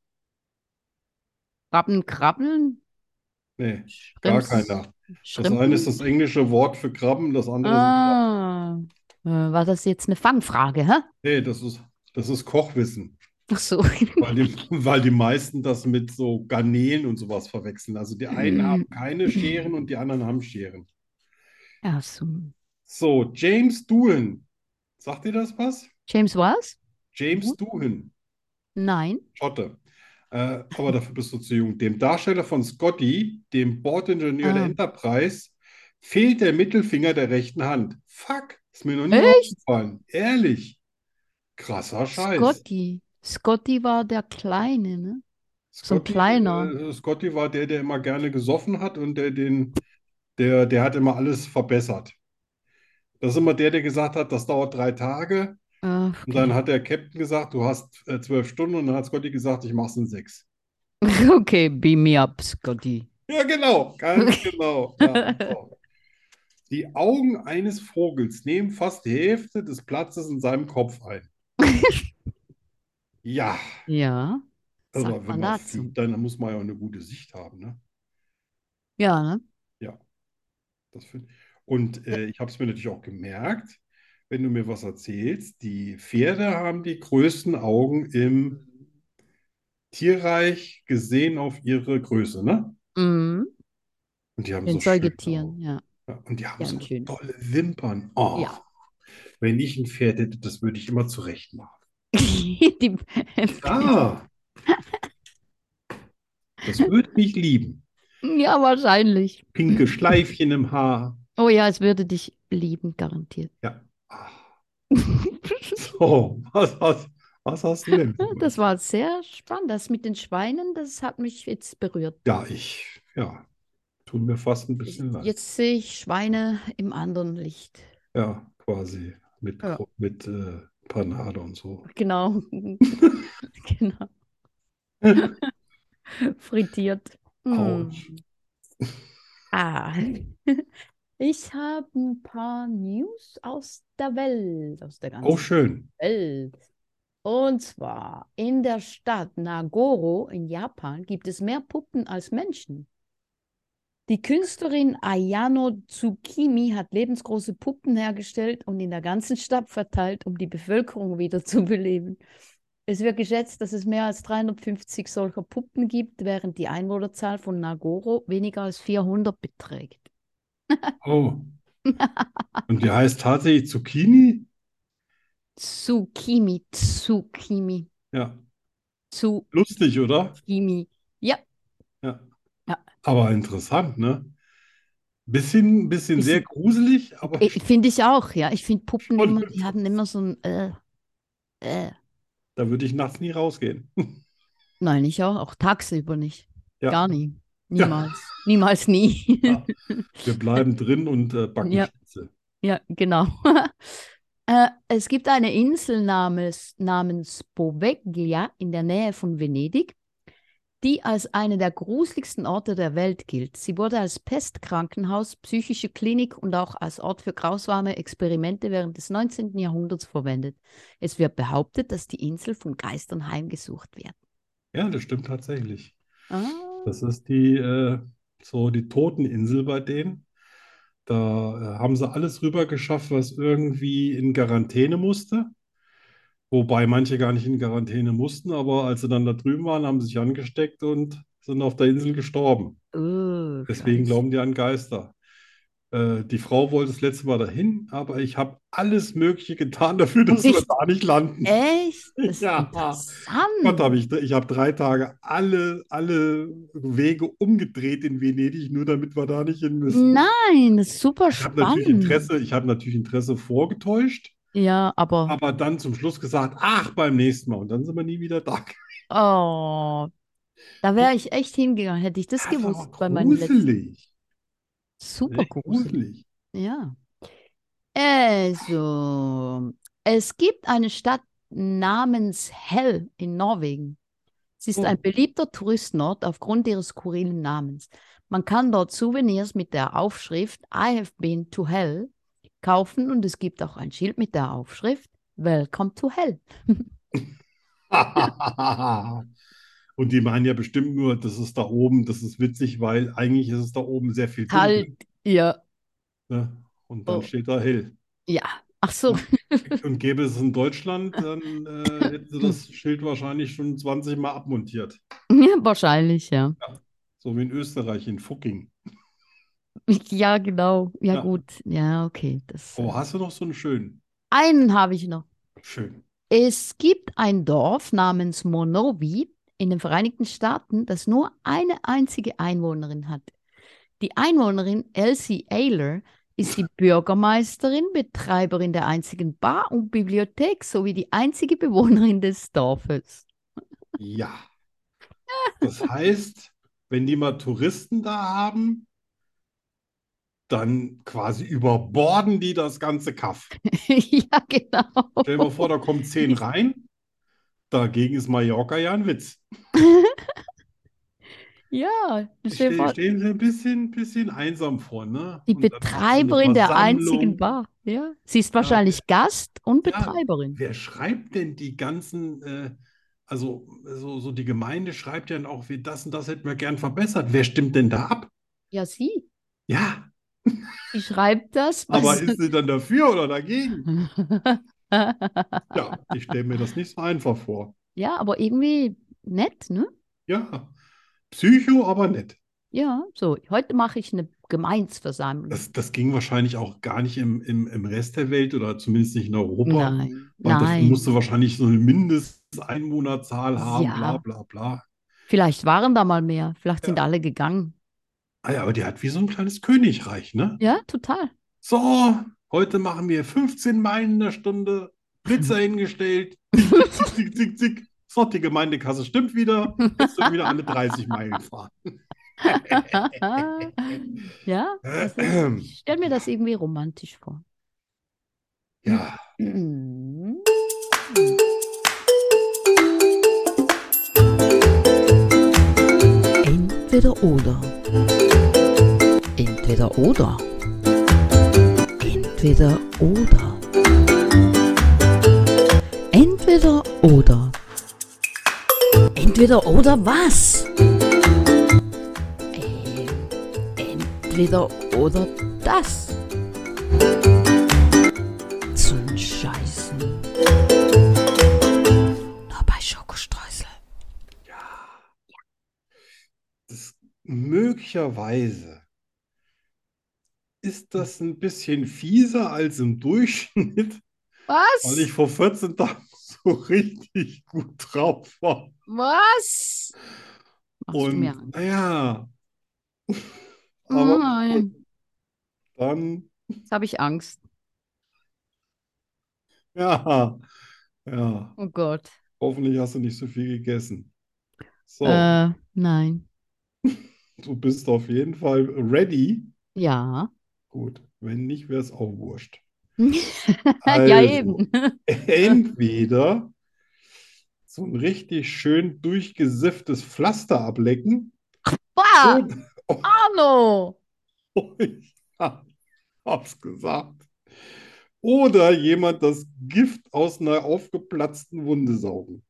Speaker 1: Krabben, krabbeln?
Speaker 2: Nee, gar
Speaker 1: Schrimps,
Speaker 2: keiner. Das
Speaker 1: Schrimpen?
Speaker 2: eine ist das englische Wort für Krabben, das andere ist,
Speaker 1: Ah. Äh, War das jetzt eine Fangfrage, hä?
Speaker 2: nee, das ist, das ist Kochwissen.
Speaker 1: Ach so.
Speaker 2: Weil die, weil die meisten das mit so Garnelen und sowas verwechseln. Also die
Speaker 1: Mhm.
Speaker 2: einen haben keine Scheren und die anderen haben Scheren.
Speaker 1: Ach so.
Speaker 2: So, James Doohan. Sagt dir das was?
Speaker 1: James was? Mhm.
Speaker 2: James Doohan,
Speaker 1: Nein.
Speaker 2: Schotte. Äh, aber dafür bist du zu jung. Dem Darsteller von Scotty, dem Bordingenieur der
Speaker 1: Ah.
Speaker 2: Enterprise, fehlt der Mittelfinger der rechten Hand. Fuck, ist mir noch nie
Speaker 1: Echt?
Speaker 2: aufgefallen. Ehrlich. Krasser Scheiß.
Speaker 1: Scotty. Scotty war der Kleine, ne? So ein
Speaker 2: Scotty,
Speaker 1: kleiner.
Speaker 2: äh, Scotty war der, der immer gerne gesoffen hat und der den, der, der hat immer alles verbessert. Das ist immer der, der gesagt hat, das dauert drei Tage.
Speaker 1: Ach,
Speaker 2: Und dann hat der Captain gesagt, du hast äh, zwölf Stunden und dann hat Scotty gesagt, ich mach's in sechs.
Speaker 1: okay. okay, beam me up, Scotty.
Speaker 2: Ja, genau, ganz genau. Ja, so. Die Augen eines Vogels nehmen fast die Hälfte des Platzes in seinem Kopf ein. Ja,
Speaker 1: Ja.
Speaker 2: aber
Speaker 1: Sagt man
Speaker 2: wenn man
Speaker 1: dazu.
Speaker 2: fliegt, dann muss man ja auch eine gute Sicht haben, ne?
Speaker 1: Ja, ne?
Speaker 2: Das find- Und äh, ich habe es mir natürlich auch gemerkt, wenn du mir was erzählst, die Pferde haben die größten Augen im Tierreich gesehen auf ihre Größe, ne?
Speaker 1: Mhm.
Speaker 2: Und die haben
Speaker 1: Den
Speaker 2: so genau. schöne
Speaker 1: Säugetieren,
Speaker 2: Augen.
Speaker 1: ja.
Speaker 2: Ja, Und die haben
Speaker 1: Die
Speaker 2: so
Speaker 1: haben schöne.
Speaker 2: tolle Wimpern. Oh,
Speaker 1: Ja.
Speaker 2: wenn ich ein Pferd hätte, das würde ich immer zurecht machen.
Speaker 1: Die,
Speaker 2: Ah, das würde mich lieben.
Speaker 1: ja, wahrscheinlich.
Speaker 2: Pinke Schleifchen im Haar.
Speaker 1: Oh ja, es würde dich lieben, garantiert.
Speaker 2: Ah. So, was hast, was hast du denn?
Speaker 1: Das war sehr spannend. Das mit den Schweinen, das hat mich jetzt berührt.
Speaker 2: Ja, ich, ja, tut mir fast ein bisschen leid.
Speaker 1: Jetzt sehe ich Schweine im anderen Licht.
Speaker 2: Ja, quasi mit,
Speaker 1: Ja.
Speaker 2: mit äh, Panade und so.
Speaker 1: Genau. genau. Frittiert. Mm.
Speaker 2: Autsch.
Speaker 1: Ah. Ich habe ein paar News aus der Welt, aus der
Speaker 2: Oh,
Speaker 1: ganzen
Speaker 2: schön.
Speaker 1: Welt. Und zwar in der Stadt Nagoro in Japan gibt es mehr Puppen als Menschen. Die Künstlerin Ayano Tsukimi hat lebensgroße Puppen hergestellt und in der ganzen Stadt verteilt, um die Bevölkerung wieder zu beleben. Es wird geschätzt, dass es mehr als 350 solcher Puppen gibt, während die Einwohnerzahl von Nagoro weniger als 400 beträgt.
Speaker 2: Oh. Und die heißt tatsächlich Zucchini?
Speaker 1: Tsukimi, Tsukimi,
Speaker 2: Ja,
Speaker 1: Tsukimi.
Speaker 2: lustig, oder?
Speaker 1: Ja,
Speaker 2: Ja.
Speaker 1: Ja.
Speaker 2: Aber interessant, ne? Bisschen, bisschen sehr
Speaker 1: Bisschen-
Speaker 2: gruselig, aber
Speaker 1: Ich, Äh, finde ich auch, ja. Ich finde Puppen
Speaker 2: Schon.
Speaker 1: immer, die haben immer so ein äh, äh.
Speaker 2: da würde ich nachts nie rausgehen.
Speaker 1: Nein, ich auch, auch tagsüber nicht.
Speaker 2: Ja.
Speaker 1: Gar nie.
Speaker 2: Ja.
Speaker 1: Niemals. Niemals nie.
Speaker 2: Ja. Wir bleiben drin und äh, backen
Speaker 1: Ja.
Speaker 2: Schnitzel.
Speaker 1: Ja, genau. Äh, es gibt eine Insel namens, namens Poveglia in der Nähe von Venedig, die als eine der gruseligsten Orte der Welt gilt. Sie wurde als Pestkrankenhaus, psychische Klinik und auch als Ort für grausame Experimente während des 19. Jahrhunderts verwendet. Es wird behauptet, dass die Insel von Geistern heimgesucht wird.
Speaker 2: Ja, das stimmt tatsächlich.
Speaker 1: Ah,
Speaker 2: Das ist die, äh, so die Toteninsel bei denen. Da äh, haben sie alles rüber geschafft, was irgendwie in Quarantäne musste. Wobei manche gar nicht in Quarantäne mussten, aber als sie dann da drüben waren, haben sie sich angesteckt und sind auf der Insel gestorben.
Speaker 1: oh,
Speaker 2: Deswegen
Speaker 1: Scheiße.
Speaker 2: glauben die an Geister. Äh, die Frau wollte das letzte Mal dahin, aber ich habe alles Mögliche getan dafür, dass wir
Speaker 1: Echt?
Speaker 2: da nicht landen.
Speaker 1: Echt? Das ist
Speaker 2: Ja. Gott,
Speaker 1: interessant.
Speaker 2: habe ich, ich habe drei Tage alle, alle Wege umgedreht in Venedig, nur damit wir da nicht hin müssen.
Speaker 1: Nein, das ist super
Speaker 2: Ich habe natürlich
Speaker 1: spannend.
Speaker 2: Interesse, ich habe natürlich Interesse vorgetäuscht,
Speaker 1: Ja, aber
Speaker 2: aber dann zum Schluss gesagt, ach, beim nächsten Mal. Und dann sind wir nie wieder da.
Speaker 1: oh, Da wäre ich echt hingegangen, hätte ich das
Speaker 2: Das ist
Speaker 1: gewusst
Speaker 2: aber
Speaker 1: bei meinen letzten.
Speaker 2: gruselig. ne?
Speaker 1: Super
Speaker 2: Echt
Speaker 1: gruselig.
Speaker 2: gruselig.
Speaker 1: Ja. Also, es gibt eine Stadt namens Hell in Norwegen. Sie ist
Speaker 2: Oh.
Speaker 1: ein beliebter Touristenort aufgrund ihres skurrilen Namens. Man kann dort Souvenirs mit der Aufschrift I have been to Hell kaufen und es gibt auch ein Schild mit der Aufschrift Welcome to Hell.
Speaker 2: Und die meinen ja bestimmt nur, das ist da oben, das ist witzig, weil eigentlich ist es da oben sehr viel dunkel,
Speaker 1: Kalt, ja,
Speaker 2: ne? Und dann
Speaker 1: Halt. Oh.
Speaker 2: steht da hell.
Speaker 1: ja. Ach so,
Speaker 2: Und gäbe es in Deutschland, dann äh, hätten sie das Schild wahrscheinlich schon 20 Mal abmontiert.
Speaker 1: ja, wahrscheinlich, ja.
Speaker 2: So wie in Österreich, in Fucking.
Speaker 1: Ja, genau. Ja,
Speaker 2: Ja.
Speaker 1: gut. Ja, okay. Das,
Speaker 2: Oh, hast du noch so einen schönen?
Speaker 1: einen habe ich noch.
Speaker 2: Schön.
Speaker 1: Es gibt ein Dorf namens Monowi in den Vereinigten Staaten, das nur eine einzige Einwohnerin hat. Die Einwohnerin Elsie Ayler ist die Bürgermeisterin, Betreiberin der einzigen Bar und Bibliothek sowie die einzige Bewohnerin des Dorfes.
Speaker 2: Ja. Das heißt, wenn die mal Touristen da haben, dann quasi überborden die das ganze Kaff.
Speaker 1: Ja, genau.
Speaker 2: Stell dir mal vor, da kommen zehn rein. Dagegen ist Mallorca ja ein Witz.
Speaker 1: Ja,
Speaker 2: Ich
Speaker 1: stell dir
Speaker 2: stell,
Speaker 1: vor,
Speaker 2: stell mir ein bisschen, bisschen einsam vor, ne?
Speaker 1: die
Speaker 2: Und dann hast du eine
Speaker 1: Betreiberin der einzigen
Speaker 2: Versammlung.
Speaker 1: Bar. Ja, sie ist wahrscheinlich Gast und
Speaker 2: Ja.
Speaker 1: Betreiberin.
Speaker 2: Wer schreibt denn die ganzen, äh, also so, so die Gemeinde schreibt ja dann auch, wir das und das hätten wir gern verbessert. Wer stimmt denn da ab?
Speaker 1: Ja, sie.
Speaker 2: Ja,
Speaker 1: Sie schreibt das,
Speaker 2: aber
Speaker 1: was
Speaker 2: ist sie dann dafür oder dagegen? Ja, ich stelle mir das nicht so einfach vor.
Speaker 1: Ja, aber irgendwie nett, ne?
Speaker 2: Ja, Psycho, aber nett.
Speaker 1: Ja, so, heute mache ich eine Gemeinsversammlung.
Speaker 2: Das, das ging wahrscheinlich auch gar nicht im, im, im Rest der Welt oder zumindest nicht in Europa.
Speaker 1: Nein,
Speaker 2: Weil das
Speaker 1: nein.
Speaker 2: musste wahrscheinlich so eine Mindesteinwohnerzahl haben,
Speaker 1: Ja.
Speaker 2: bla bla bla.
Speaker 1: Vielleicht waren da mal mehr, vielleicht
Speaker 2: Ja.
Speaker 1: sind alle gegangen.
Speaker 2: Ah ja, aber die hat wie so ein kleines Königreich, ne?
Speaker 1: Ja, total.
Speaker 2: So, heute machen wir 15 Meilen in der Stunde, Blitzer hingestellt, zick, zick, zick, zick. So, die Gemeindekasse stimmt wieder, jetzt dürfen wieder alle 30 Meilen fahren.
Speaker 1: Ja, das ist, ich stelle mir das irgendwie romantisch vor.
Speaker 2: Ja,
Speaker 1: Mhm.
Speaker 3: Entweder oder. Entweder oder. Entweder oder. Entweder oder. Entweder oder was? Ähm, entweder oder das. Zum Scheißen. Nur bei Schokostreusel.
Speaker 2: das, möglicherweise ist das ein bisschen fieser als im Durchschnitt, weil
Speaker 1: Was?
Speaker 2: ich vor 14 Tagen so richtig gut drauf war.
Speaker 1: Was? Machst du
Speaker 2: Und
Speaker 1: mir Angst? Ah.
Speaker 2: naja, aber
Speaker 1: Nein,
Speaker 2: dann,
Speaker 1: jetzt habe ich Angst.
Speaker 2: ja, ja,
Speaker 1: Oh Gott.
Speaker 2: hoffentlich hast du nicht so viel gegessen. So,
Speaker 1: Äh, nein.
Speaker 2: du bist auf jeden Fall ready.
Speaker 1: Ja.
Speaker 2: Gut, wenn nicht, wäre es auch wurscht.
Speaker 1: Ja,
Speaker 2: Also,
Speaker 1: eben.
Speaker 2: entweder so ein richtig schön durchgesifftes Pflaster ablecken
Speaker 1: Bah,
Speaker 2: oder,
Speaker 1: Arno!
Speaker 2: oh, ich hab's gesagt, oder jemand das Gift aus einer aufgeplatzten Wunde saugen.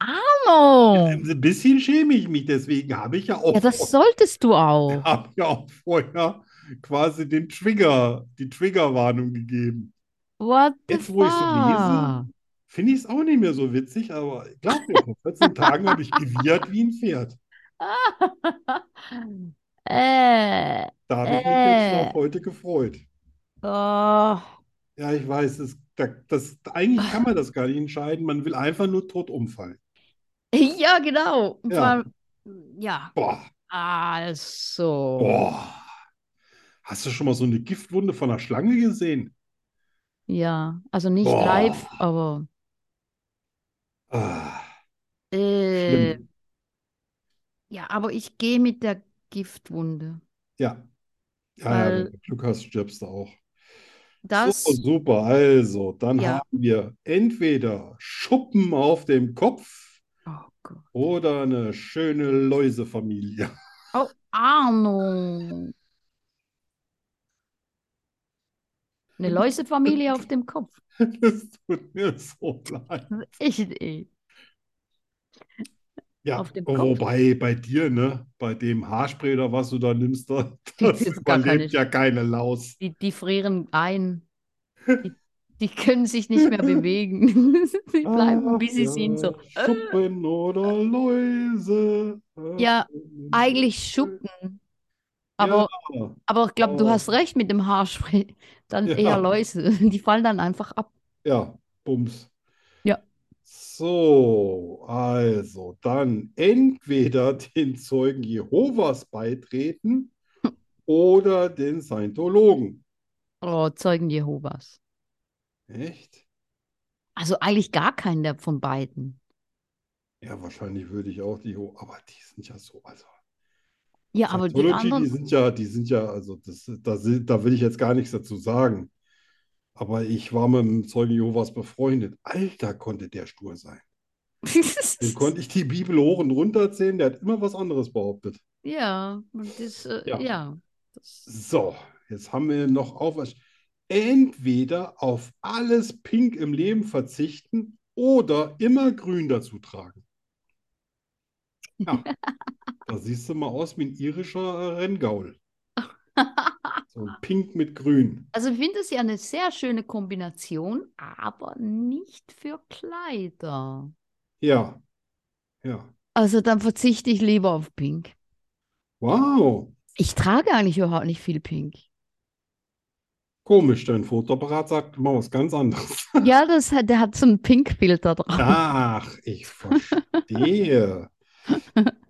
Speaker 1: Arno!
Speaker 2: Ein bisschen schäme ich mich, deswegen habe ich ja auch
Speaker 1: Ja, das solltest du auch.
Speaker 2: habe ja auch vorher quasi den Trigger, die Triggerwarnung gegeben.
Speaker 1: What the
Speaker 2: Jetzt, wo ich so lese,
Speaker 1: fuck?
Speaker 2: finde ich es auch nicht mehr so witzig, aber glaub mir, vor 14 Tagen habe ich gewirrt wie ein Pferd.
Speaker 1: Äh,
Speaker 2: Da habe ich mich jetzt
Speaker 1: Äh.
Speaker 2: auf heute gefreut.
Speaker 1: oh,
Speaker 2: Ja, ich weiß, das, das, eigentlich kann man das gar nicht entscheiden. Man will einfach nur tot umfallen.
Speaker 1: ja, genau. Vor
Speaker 2: Ja.
Speaker 1: allem, ja,
Speaker 2: Boah,
Speaker 1: also.
Speaker 2: boah. Hast du schon mal so eine Giftwunde von einer Schlange gesehen?
Speaker 1: Ja, also nicht
Speaker 2: Boah.
Speaker 1: live, aber
Speaker 2: Ah,
Speaker 1: äh,
Speaker 2: schlimm.
Speaker 1: Ja, aber ich gehe mit der Giftwunde.
Speaker 2: Ja. Ja, ja, wenn
Speaker 1: Weil-
Speaker 2: du Glück hast, stirbst du auch.
Speaker 1: Das,
Speaker 2: So, super. Also, dann
Speaker 1: Ja.
Speaker 2: haben wir entweder Schuppen auf dem Kopf
Speaker 1: oh Gott.
Speaker 2: oder eine schöne Läusefamilie.
Speaker 1: Oh, Arno. Eine Läusefamilie auf dem Kopf.
Speaker 2: Das tut mir so leid.
Speaker 1: Echt, ey.
Speaker 2: Ja,
Speaker 1: Auf dem
Speaker 2: oh,
Speaker 1: Kopf.
Speaker 2: wobei bei dir, ne, bei dem Haarspray oder was du da nimmst, da,
Speaker 1: Die-
Speaker 2: das
Speaker 1: das ist gar keine-
Speaker 2: überlebt ja keine Laus.
Speaker 1: Die, die frieren ein. Die, die können sich nicht mehr bewegen. Die bleiben,
Speaker 2: Ach
Speaker 1: bis sie sind
Speaker 2: Ah, ja,
Speaker 1: so. Äh,
Speaker 2: Schuppen oder Läuse.
Speaker 1: Ja,
Speaker 2: Ähm,
Speaker 1: eigentlich Schuppen. Aber,
Speaker 2: ja.
Speaker 1: aber ich glaube, du
Speaker 2: Oh.
Speaker 1: hast recht mit dem Haarspray. Dann
Speaker 2: Ja.
Speaker 1: eher Läuse. Die fallen dann einfach ab.
Speaker 2: Ja, Bums.
Speaker 1: Ja.
Speaker 2: So, also dann entweder den Zeugen Jehovas beitreten oder den Scientologen.
Speaker 1: Oh, Zeugen Jehovas.
Speaker 2: Echt?
Speaker 1: Also eigentlich gar keinen der von beiden.
Speaker 2: Ja, wahrscheinlich würde ich auch die Jeho- aber die sind ja so, also
Speaker 1: Ja, aber die
Speaker 2: Scientology, die
Speaker 1: anderen.
Speaker 2: sind ja, die sind ja, also das, da, sind, da will ich jetzt gar nichts dazu sagen. Aber ich war mit dem Zeugen Jehovas befreundet. Alter, konnte der stur sein. Dem konnte ich die Bibel hoch und runter erzählen, der hat immer was anderes behauptet.
Speaker 1: Ja, und das, äh,
Speaker 2: Ja.
Speaker 1: ja. Das,
Speaker 2: So, jetzt haben wir noch Aufwasch. Entweder auf alles Pink im Leben verzichten oder immer Grün dazu tragen. Ja, da siehst du mal aus wie ein irischer äh, Renngaul. So ein Pink mit Grün.
Speaker 1: also ich finde es ja eine sehr schöne Kombination, aber nicht für Kleider.
Speaker 2: Ja, ja.
Speaker 1: Also dann verzichte ich lieber auf Pink.
Speaker 2: Wow,
Speaker 1: Ich trage eigentlich überhaupt nicht viel Pink.
Speaker 2: komisch, dein Fotoapparat sagt mal was ganz anderes.
Speaker 1: Ja, das hat, der hat so einen Pink-Filter drauf.
Speaker 2: Ach, ich verstehe.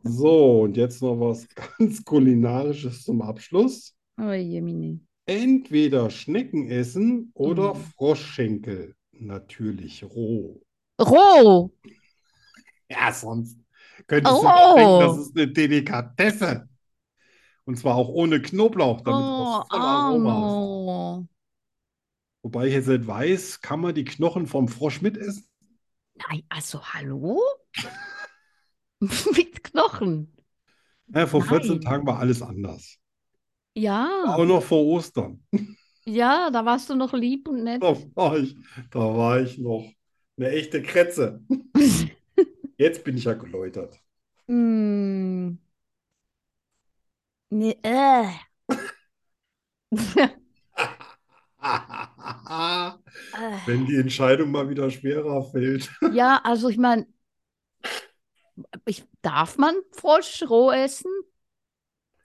Speaker 2: So, und jetzt noch was ganz Kulinarisches zum Abschluss.
Speaker 1: Oh, Jemini.
Speaker 2: Entweder Schnecken essen oder
Speaker 1: Mhm.
Speaker 2: Froschschenkel. Natürlich roh.
Speaker 1: Roh!
Speaker 2: Ja, sonst könntest du
Speaker 1: Oh!
Speaker 2: doch denken, das ist eine Delikatesse. Und zwar auch ohne Knoblauch, damit du
Speaker 1: Oh,
Speaker 2: auch voll Aroma hast.
Speaker 1: Arno.
Speaker 2: Wobei ich jetzt nicht weiß, kann man die Knochen vom Frosch mitessen?
Speaker 1: Nein, also hallo? Mit Knochen.
Speaker 2: Ja, Ne, vor 14
Speaker 1: Nein. Ah.
Speaker 2: Tagen war alles anders.
Speaker 1: Ja,
Speaker 2: Auch noch vor Ostern.
Speaker 1: ja, da warst du noch lieb und nett.
Speaker 2: Da war ich, da war ich noch eine echte Kretze. Jetzt bin ich ja geläutert.
Speaker 1: Mm. Nee, äh.
Speaker 2: Wenn die Entscheidung mal wieder schwerer fällt.
Speaker 1: Ja, also ich meine, ich, darf man Frosch roh essen?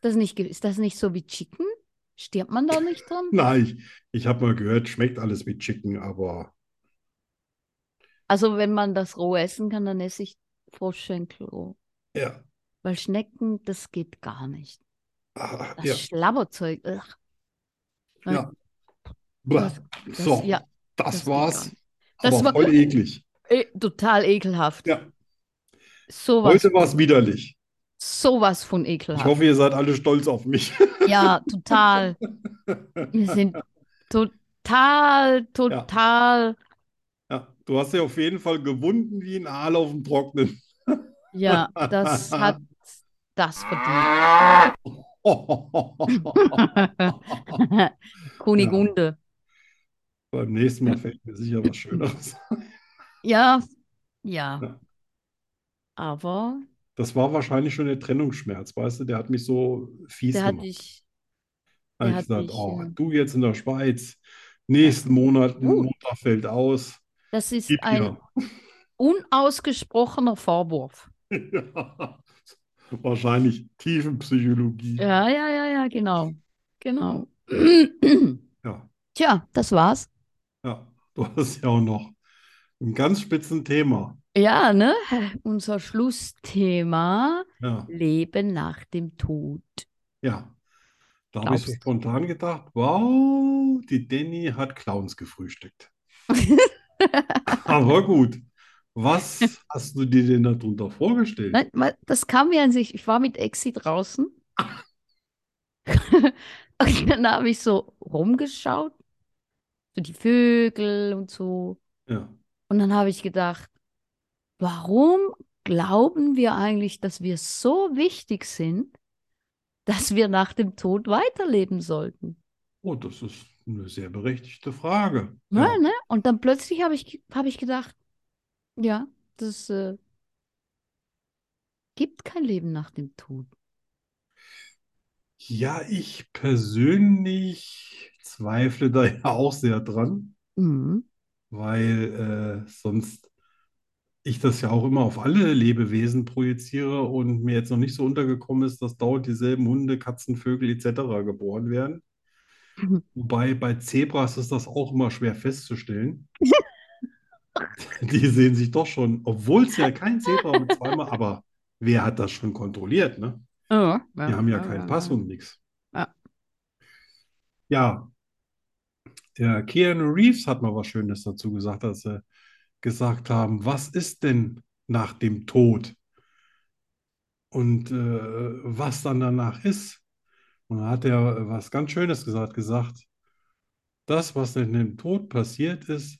Speaker 1: Das ist nicht, ge- ist das nicht so wie Chicken? Stirbt man da nicht dran?
Speaker 2: Nein, ich, ich habe mal gehört, schmeckt alles wie Chicken, aber
Speaker 1: Also wenn man das roh essen kann, dann esse ich Froschschenkel roh.
Speaker 2: ja,
Speaker 1: Weil Schnecken, das geht gar nicht.
Speaker 2: ah,
Speaker 1: Das
Speaker 2: ja,
Speaker 1: Schlabberzeug. ugh.
Speaker 2: Ja.
Speaker 1: Das,
Speaker 2: bäh.
Speaker 1: das,
Speaker 2: So,
Speaker 1: ja,
Speaker 2: das
Speaker 1: das geht
Speaker 2: war's,
Speaker 1: gar nicht. Das
Speaker 2: aber
Speaker 1: war-
Speaker 2: voll eklig.
Speaker 1: Eh, total ekelhaft.
Speaker 2: Ja.
Speaker 1: Sowas,
Speaker 2: Heute war es widerlich.
Speaker 1: sowas von
Speaker 2: Ich
Speaker 1: ekelhaft.
Speaker 2: hoffe, ihr seid alle stolz auf mich.
Speaker 1: Ja, total. Wir sind total, total,
Speaker 2: Ja, du hast ja auf jeden Fall gewunden wie ein Aal auf dem Trocknen.
Speaker 1: ja, das hat das verdient. Kunigunde.
Speaker 2: Beim nächsten Mal fällt mir sicher was Schöneres.
Speaker 1: Ja, ja.
Speaker 2: Ja.
Speaker 1: Aber
Speaker 2: Das war wahrscheinlich schon der Trennungsschmerz, weißt du? Der hat mich so fies
Speaker 1: der hat
Speaker 2: gemacht.
Speaker 1: dich,
Speaker 2: Da
Speaker 1: Der
Speaker 2: hab
Speaker 1: hat
Speaker 2: ich gesagt,
Speaker 1: mich,
Speaker 2: oh,
Speaker 1: äh,
Speaker 2: du jetzt in der Schweiz, nächsten Monat, ein
Speaker 1: Gut.
Speaker 2: Montag fällt aus,
Speaker 1: das Uh. ist
Speaker 2: gib
Speaker 1: ein
Speaker 2: mir.
Speaker 1: unausgesprochener Vorwurf.
Speaker 2: Ja. Wahrscheinlich Tiefenpsychologie.
Speaker 1: Ja, ja, ja, ja, genau. Genau.
Speaker 2: Ja,
Speaker 1: Tja, das war's.
Speaker 2: ja. Du hast ja auch noch ein ganz spitzen Thema.
Speaker 1: Ja, ne? Unser Schlussthema:
Speaker 2: Ja,
Speaker 1: Leben nach dem Tod.
Speaker 2: ja. Da habe ich so
Speaker 1: Glaubst du?
Speaker 2: spontan gedacht, wow, die Danny hat Clowns gefrühstückt. Aber gut, Was hast du dir denn darunter vorgestellt?
Speaker 1: Nein, weil das kam mir an sich. Ich war mit Exi draußen. und dann habe ich so rumgeschaut. So die Vögel und so.
Speaker 2: Ja.
Speaker 1: Und dann habe ich gedacht, warum glauben wir eigentlich, dass wir so wichtig sind, dass wir nach dem Tod weiterleben sollten?
Speaker 2: Oh, das ist eine sehr berechtigte Frage.
Speaker 1: Ne,
Speaker 2: Ja.
Speaker 1: ne? Und dann plötzlich habe ich, ge- hab ich gedacht, ja, das äh, gibt kein Leben nach dem Tod.
Speaker 2: Ja, ich persönlich zweifle da ja auch sehr dran,
Speaker 1: Mhm.
Speaker 2: weil äh, sonst ich das ja auch immer auf alle Lebewesen projiziere und mir jetzt noch nicht so untergekommen ist, dass dauernd dieselben Hunde, Katzen, Vögel etc. geboren werden.
Speaker 1: Mhm.
Speaker 2: Wobei bei Zebras ist das auch immer schwer festzustellen. Die sehen sich doch schon, obwohl es ja kein Zebra mit zweimal, aber wer hat das schon kontrolliert, ne?
Speaker 1: Ja,
Speaker 2: Die haben ja keinen Pass und nichts.
Speaker 1: Ja.
Speaker 2: Ja. Der Keanu Reeves hat mal was Schönes dazu gesagt, als sie gesagt haben, was ist denn nach dem Tod? Und äh, was dann danach ist? Und da hat er was ganz Schönes gesagt, gesagt, das, was in dem Tod passiert ist,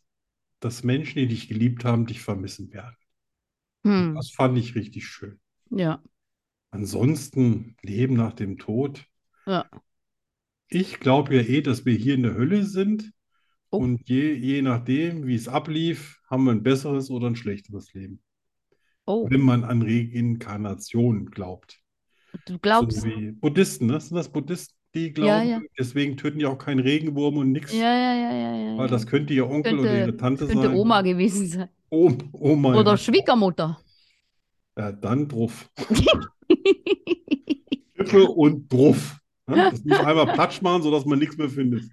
Speaker 2: dass Menschen, die dich geliebt haben, dich vermissen werden. Und
Speaker 1: Hm.
Speaker 2: das fand ich richtig schön.
Speaker 1: Ja,
Speaker 2: Ansonsten Leben nach dem Tod.
Speaker 1: Ja.
Speaker 2: Ich glaube ja eh, dass wir hier in der Hölle sind
Speaker 1: Oh.
Speaker 2: und je, je nachdem, wie es ablief, haben wir ein besseres oder ein schlechteres Leben,
Speaker 1: oh,
Speaker 2: wenn man an Reinkarnation glaubt.
Speaker 1: du
Speaker 2: So
Speaker 1: glaubst,
Speaker 2: wie Buddhisten, ne? Sind das Buddhisten, die
Speaker 1: Ja,
Speaker 2: glauben?
Speaker 1: ja.
Speaker 2: Deswegen töten die auch keinen Regenwurm und nichts,
Speaker 1: ja, ja, ja, ja, ja,
Speaker 2: weil
Speaker 1: ja.
Speaker 2: das könnte ihr Onkel oder
Speaker 1: Könnte-
Speaker 2: ihre Tante
Speaker 1: könnte
Speaker 2: sein.
Speaker 1: Oma gewesen sein.
Speaker 2: Oh, oh mein
Speaker 1: Oder
Speaker 2: Gott.
Speaker 1: Schwiegermutter.
Speaker 2: Ja, dann drauf. Schippe und drauf. Ne? Das muss einmal Platsch machen, sodass man nichts mehr findet.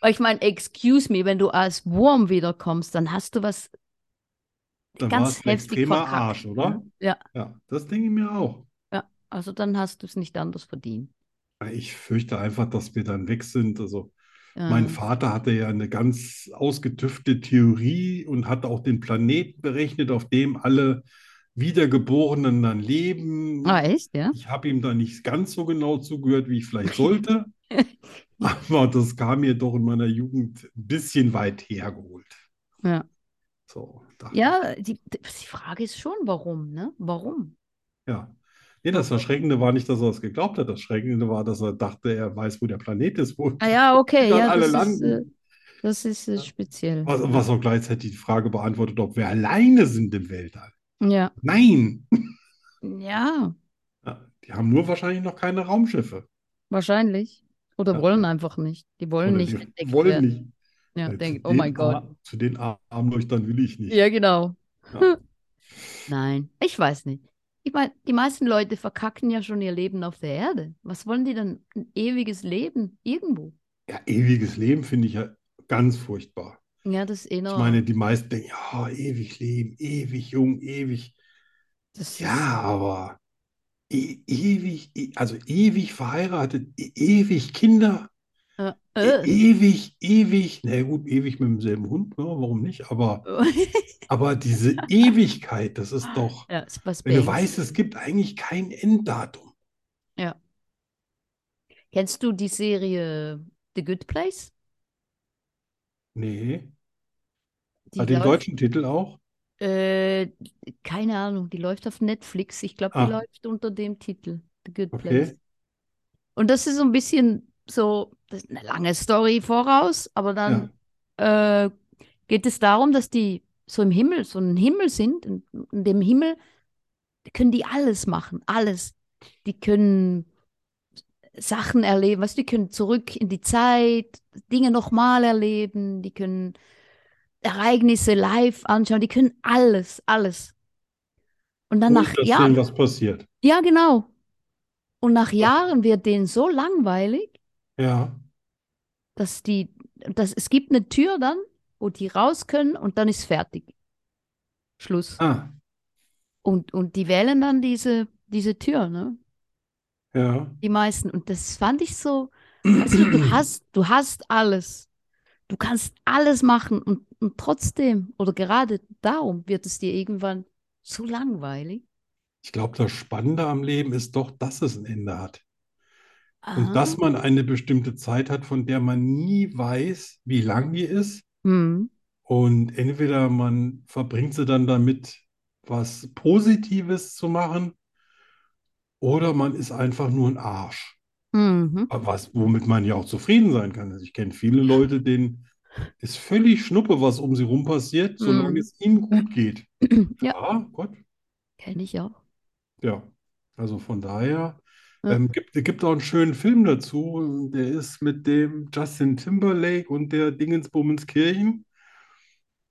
Speaker 1: Weil ich meine, excuse me, wenn du als Wurm wiederkommst, dann hast du was
Speaker 2: Dann war
Speaker 1: ganz
Speaker 2: es ein
Speaker 1: heftig
Speaker 2: extremer
Speaker 1: verkackt,
Speaker 2: Arsch, oder?
Speaker 1: ne? Ja,
Speaker 2: Ja, das denke ich mir auch.
Speaker 1: ja. Also dann hast du es nicht anders verdient.
Speaker 2: Ich fürchte einfach, dass wir dann weg sind. Also,
Speaker 1: Ähm,
Speaker 2: mein Vater hatte ja eine ganz ausgetüftelte Theorie und hatte auch den Planeten berechnet, auf dem alle Wiedergeborenen dann leben.
Speaker 1: Ah, echt, ja?
Speaker 2: Ich habe ihm da nicht ganz so genau zugehört, wie ich vielleicht sollte, aber das kam mir doch in meiner Jugend ein bisschen weit hergeholt.
Speaker 1: Ja.
Speaker 2: So, dachte
Speaker 1: Ja, die, die Frage ist schon, warum, ne? Warum?
Speaker 2: Ja. Nee, das Erschreckende war nicht, dass er es geglaubt hat. Das Erschreckende war, dass er dachte, er weiß, wo der Planet ist, wo
Speaker 1: Ah ja, okay,
Speaker 2: die dann
Speaker 1: ja,
Speaker 2: alle
Speaker 1: das ist, äh,
Speaker 2: landen.
Speaker 1: das ist äh, speziell.
Speaker 2: Was, was auch gleichzeitig die Frage beantwortet, ob wir alleine sind im Weltall.
Speaker 1: Ja,
Speaker 2: Nein!
Speaker 1: ja,
Speaker 2: Ja, die haben nur wahrscheinlich noch keine Raumschiffe.
Speaker 1: wahrscheinlich. Oder
Speaker 2: Ja.
Speaker 1: wollen einfach nicht. Die wollen
Speaker 2: Oder
Speaker 1: nicht
Speaker 2: die
Speaker 1: entdeckt
Speaker 2: wollen
Speaker 1: werden.
Speaker 2: nicht.
Speaker 1: Ja,
Speaker 2: Weil
Speaker 1: denkt,
Speaker 2: Äh, zu
Speaker 1: oh mein
Speaker 2: den
Speaker 1: Gott.
Speaker 2: Ar- zu den Ar- armen Leuchtern will ich nicht.
Speaker 1: Ja, genau.
Speaker 2: Ja.
Speaker 1: Nein, ich weiß nicht. Ich meine, die meisten Leute verkacken ja schon ihr Leben auf der Erde. Was wollen die denn? Ein ewiges Leben irgendwo?
Speaker 2: Ja, ewiges Leben finde ich ja ganz furchtbar.
Speaker 1: Ja, das ist eh
Speaker 2: Ich
Speaker 1: noch.
Speaker 2: meine, die meisten denken, ja, ewig leben, ewig jung, ewig.
Speaker 1: das ist,
Speaker 2: Ja, aber e ewig, e also ewig verheiratet, e ewig Kinder,
Speaker 1: äh,
Speaker 2: e
Speaker 1: äh.
Speaker 2: ewig, ewig, na gut, ewig mit demselben Hund, ne, warum nicht? Aber, aber diese Ewigkeit, das ist doch,
Speaker 1: Ja, ist was
Speaker 2: wenn du
Speaker 1: Bangs.
Speaker 2: weißt, es gibt eigentlich kein Enddatum.
Speaker 1: Kennst du die Serie The Good Place?
Speaker 2: Nee,
Speaker 1: Die
Speaker 2: hat Ah, den
Speaker 1: läuft,
Speaker 2: deutschen Titel auch?
Speaker 1: äh, keine Ahnung, die läuft auf Netflix. Ich glaube, die
Speaker 2: Ah.
Speaker 1: läuft unter dem Titel The Good
Speaker 2: Okay.
Speaker 1: Place. Und das ist so ein bisschen so, das ist eine lange Story voraus, aber dann
Speaker 2: Ja,
Speaker 1: äh, geht es darum, dass die so im Himmel, so ein Himmel sind. In, in dem Himmel können die alles machen, alles. Die können Sachen erleben, weißt du, die können zurück in die Zeit, Dinge nochmal erleben, die können Ereignisse live anschauen, die können alles, alles. Und dann
Speaker 2: ohne
Speaker 1: nach
Speaker 2: dass
Speaker 1: Jahren,
Speaker 2: denen was passiert.
Speaker 1: ja genau. Und nach Jahren wird denen so langweilig,
Speaker 2: Ja,
Speaker 1: dass die, dass es gibt eine Tür dann, wo die raus können und dann ist fertig. Schluss.
Speaker 2: ah,
Speaker 1: Und, und die wählen dann diese, diese Tür, ne?
Speaker 2: ja,
Speaker 1: Die meisten. Und das fand ich so, weißt du, du hast, du hast alles. Du kannst alles machen und, Und trotzdem oder gerade darum wird es dir irgendwann zu langweilig.
Speaker 2: Ich glaube, das Spannende am Leben ist doch, dass es ein Ende hat.
Speaker 1: Aha.
Speaker 2: Und dass man eine bestimmte Zeit hat, von der man nie weiß, wie lang die ist.
Speaker 1: Hm.
Speaker 2: Und entweder man verbringt sie dann damit, was Positives zu machen, oder man ist einfach nur ein Arsch.
Speaker 1: Mhm.
Speaker 2: Aber Was, womit man ja auch zufrieden sein kann. Also ich kenne viele Leute, denen ist völlig Schnuppe, was um sie rum passiert, solange
Speaker 1: Mhm.
Speaker 2: es ihnen gut geht.
Speaker 1: Ja,
Speaker 2: Ja, Gott,
Speaker 1: kenne ich auch.
Speaker 2: ja. Also von daher
Speaker 1: Ja.
Speaker 2: ähm, gibt, gibt auch einen schönen Film dazu. Der ist mit dem Justin Timberlake und der Dingensbummenskirchen,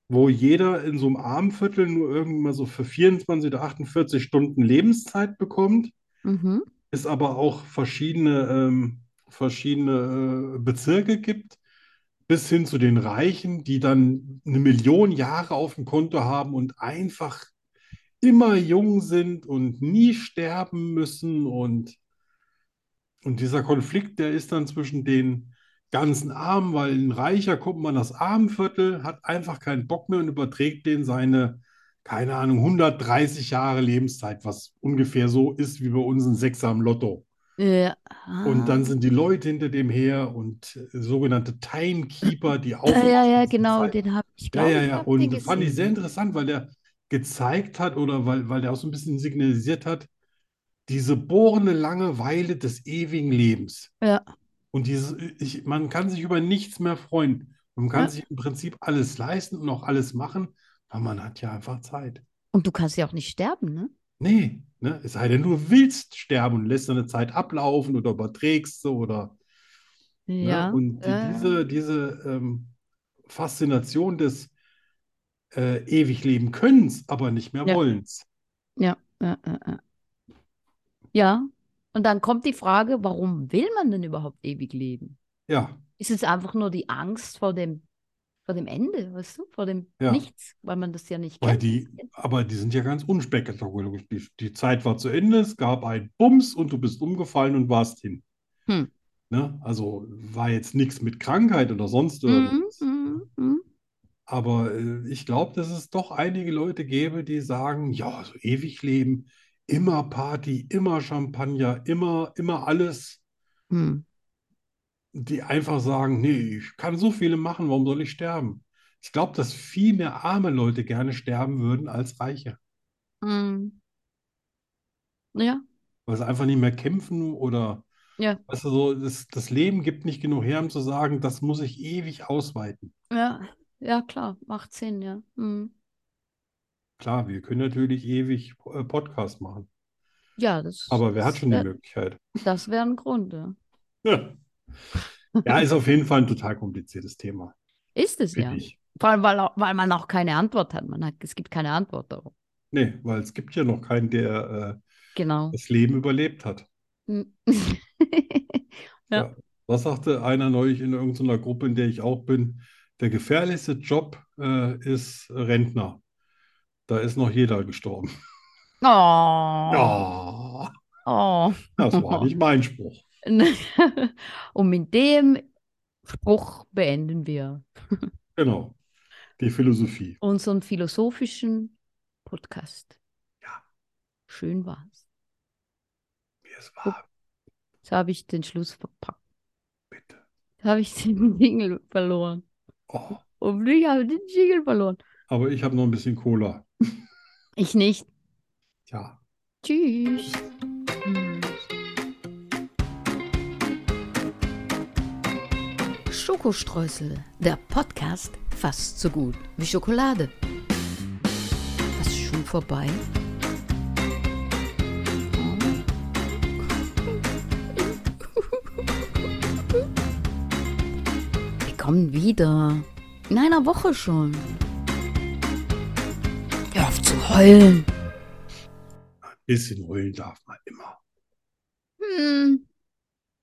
Speaker 2: wo jeder in so einem Armviertel nur irgendwann mal so für 24 oder 48 Stunden Lebenszeit bekommt.
Speaker 1: Mhm.
Speaker 2: es aber auch verschiedene, ähm, verschiedene äh, Bezirke gibt, bis hin zu den Reichen, die dann eine Million Jahre auf dem Konto haben und einfach immer jung sind und nie sterben müssen. Und, und dieser Konflikt, der ist dann zwischen den ganzen Armen, weil ein Reicher kommt man das Armenviertel, hat einfach keinen Bock mehr und überträgt denen seine keine Ahnung, 130 Jahre Lebenszeit, was ungefähr so ist wie bei uns ein Sechser am Lotto.
Speaker 1: Ja. Ah.
Speaker 2: Und dann sind die Leute hinter dem her und äh, sogenannte Timekeeper, die auch.
Speaker 1: ja, ja, ja, genau,
Speaker 2: Zeit.
Speaker 1: den habe ich
Speaker 2: Ja,
Speaker 1: glaube
Speaker 2: ja,
Speaker 1: ich,
Speaker 2: ja.
Speaker 1: hab den
Speaker 2: Und das fand ich sehr
Speaker 1: gesehen.
Speaker 2: interessant, weil der gezeigt hat oder weil, weil der auch so ein bisschen signalisiert hat, diese bohrende Langeweile des ewigen Lebens.
Speaker 1: Ja.
Speaker 2: Und dieses, ich, man kann sich über nichts mehr freuen. Man kann
Speaker 1: Ja.
Speaker 2: sich im Prinzip alles leisten und auch alles machen, weil man hat ja einfach Zeit.
Speaker 1: Und du kannst ja auch nicht sterben, ne?
Speaker 2: Nee, ne? Es sei denn, du willst sterben und lässt deine Zeit ablaufen oder überträgst sie oder. Ne?
Speaker 1: Ja.
Speaker 2: Und die,
Speaker 1: ja, ja.
Speaker 2: diese, diese ähm, Faszination des äh, ewig leben Könnens, aber nicht mehr
Speaker 1: Ja.
Speaker 2: Wollens.
Speaker 1: Ja, ja, ja, ja. Ja, und dann kommt die Frage, warum will man denn überhaupt ewig leben?
Speaker 2: Ja,
Speaker 1: Ist es einfach nur die Angst vor dem, vor dem Ende, weißt du, vor dem
Speaker 2: Ja.
Speaker 1: Nichts, weil man das ja nicht
Speaker 2: weil
Speaker 1: kennt.
Speaker 2: die, aber die sind ja ganz unspektakulär. Die, die Zeit war zu Ende, es gab einen Bums und du bist umgefallen und warst hin.
Speaker 1: Hm.
Speaker 2: Ne? Also war jetzt nichts mit Krankheit oder sonst irgendwas.
Speaker 1: Mhm, mhm, mhm.
Speaker 2: Aber äh, ich glaube, dass es doch einige Leute gäbe, die sagen, ja, so ewig leben, immer Party, immer Champagner, immer, immer alles,
Speaker 1: Hm.
Speaker 2: die einfach sagen, nee, ich kann so viele machen, warum soll ich sterben? Ich glaube, dass viel mehr arme Leute gerne sterben würden als Reiche,
Speaker 1: Hm. Ja,
Speaker 2: weil sie einfach nicht mehr kämpfen oder,
Speaker 1: Ja.
Speaker 2: weißt du, so, das, das Leben gibt nicht genug her, um zu sagen, das muss ich ewig ausweiten.
Speaker 1: ja, ja, klar, macht Sinn, ja. Hm.
Speaker 2: Klar, wir können natürlich ewig äh, Podcast machen,
Speaker 1: Ja, das,
Speaker 2: aber wer hat
Speaker 1: das
Speaker 2: schon die
Speaker 1: wär-
Speaker 2: Möglichkeit?
Speaker 1: das wäre ein Grund, ja.
Speaker 2: Ja. Ja, ist auf jeden Fall ein total kompliziertes Thema,
Speaker 1: Ist es
Speaker 2: finde
Speaker 1: ja.
Speaker 2: ich.
Speaker 1: Vor allem, weil, auch- weil man auch keine Antwort hat. Man hat, es gibt keine Antwort darauf.
Speaker 2: Nee, weil es gibt ja noch keinen, der äh,
Speaker 1: Genau.
Speaker 2: das Leben überlebt hat.
Speaker 1: Hm.
Speaker 2: Was sagte einer neulich in irgendeiner Gruppe, in der ich auch bin? Der gefährlichste Job äh, ist Rentner. Da ist noch jeder gestorben.
Speaker 1: Oh,
Speaker 2: Ja,
Speaker 1: oh.
Speaker 2: das war nicht mein Spruch.
Speaker 1: Und mit dem Spruch beenden wir
Speaker 2: Genau, die Philosophie.
Speaker 1: unseren philosophischen Podcast.
Speaker 2: Ja.
Speaker 1: Schön war's.
Speaker 2: Mir ist warm,
Speaker 1: Jetzt habe ich den Schluss verpackt.
Speaker 2: bitte.
Speaker 1: Jetzt habe ich den Jingle verloren.
Speaker 2: Oh,
Speaker 1: Und ich habe den Jingle verloren.
Speaker 2: aber ich habe noch ein bisschen Cola.
Speaker 1: Ich nicht.
Speaker 2: Ja.
Speaker 1: Tschüss. Hm.
Speaker 3: Schokostreusel, der Podcast fast so gut wie Schokolade. Was schon vorbei? Wir kommen wieder. In einer Woche schon. Hör auf zu heulen.
Speaker 2: Ein bisschen heulen darf man immer.
Speaker 1: Hm.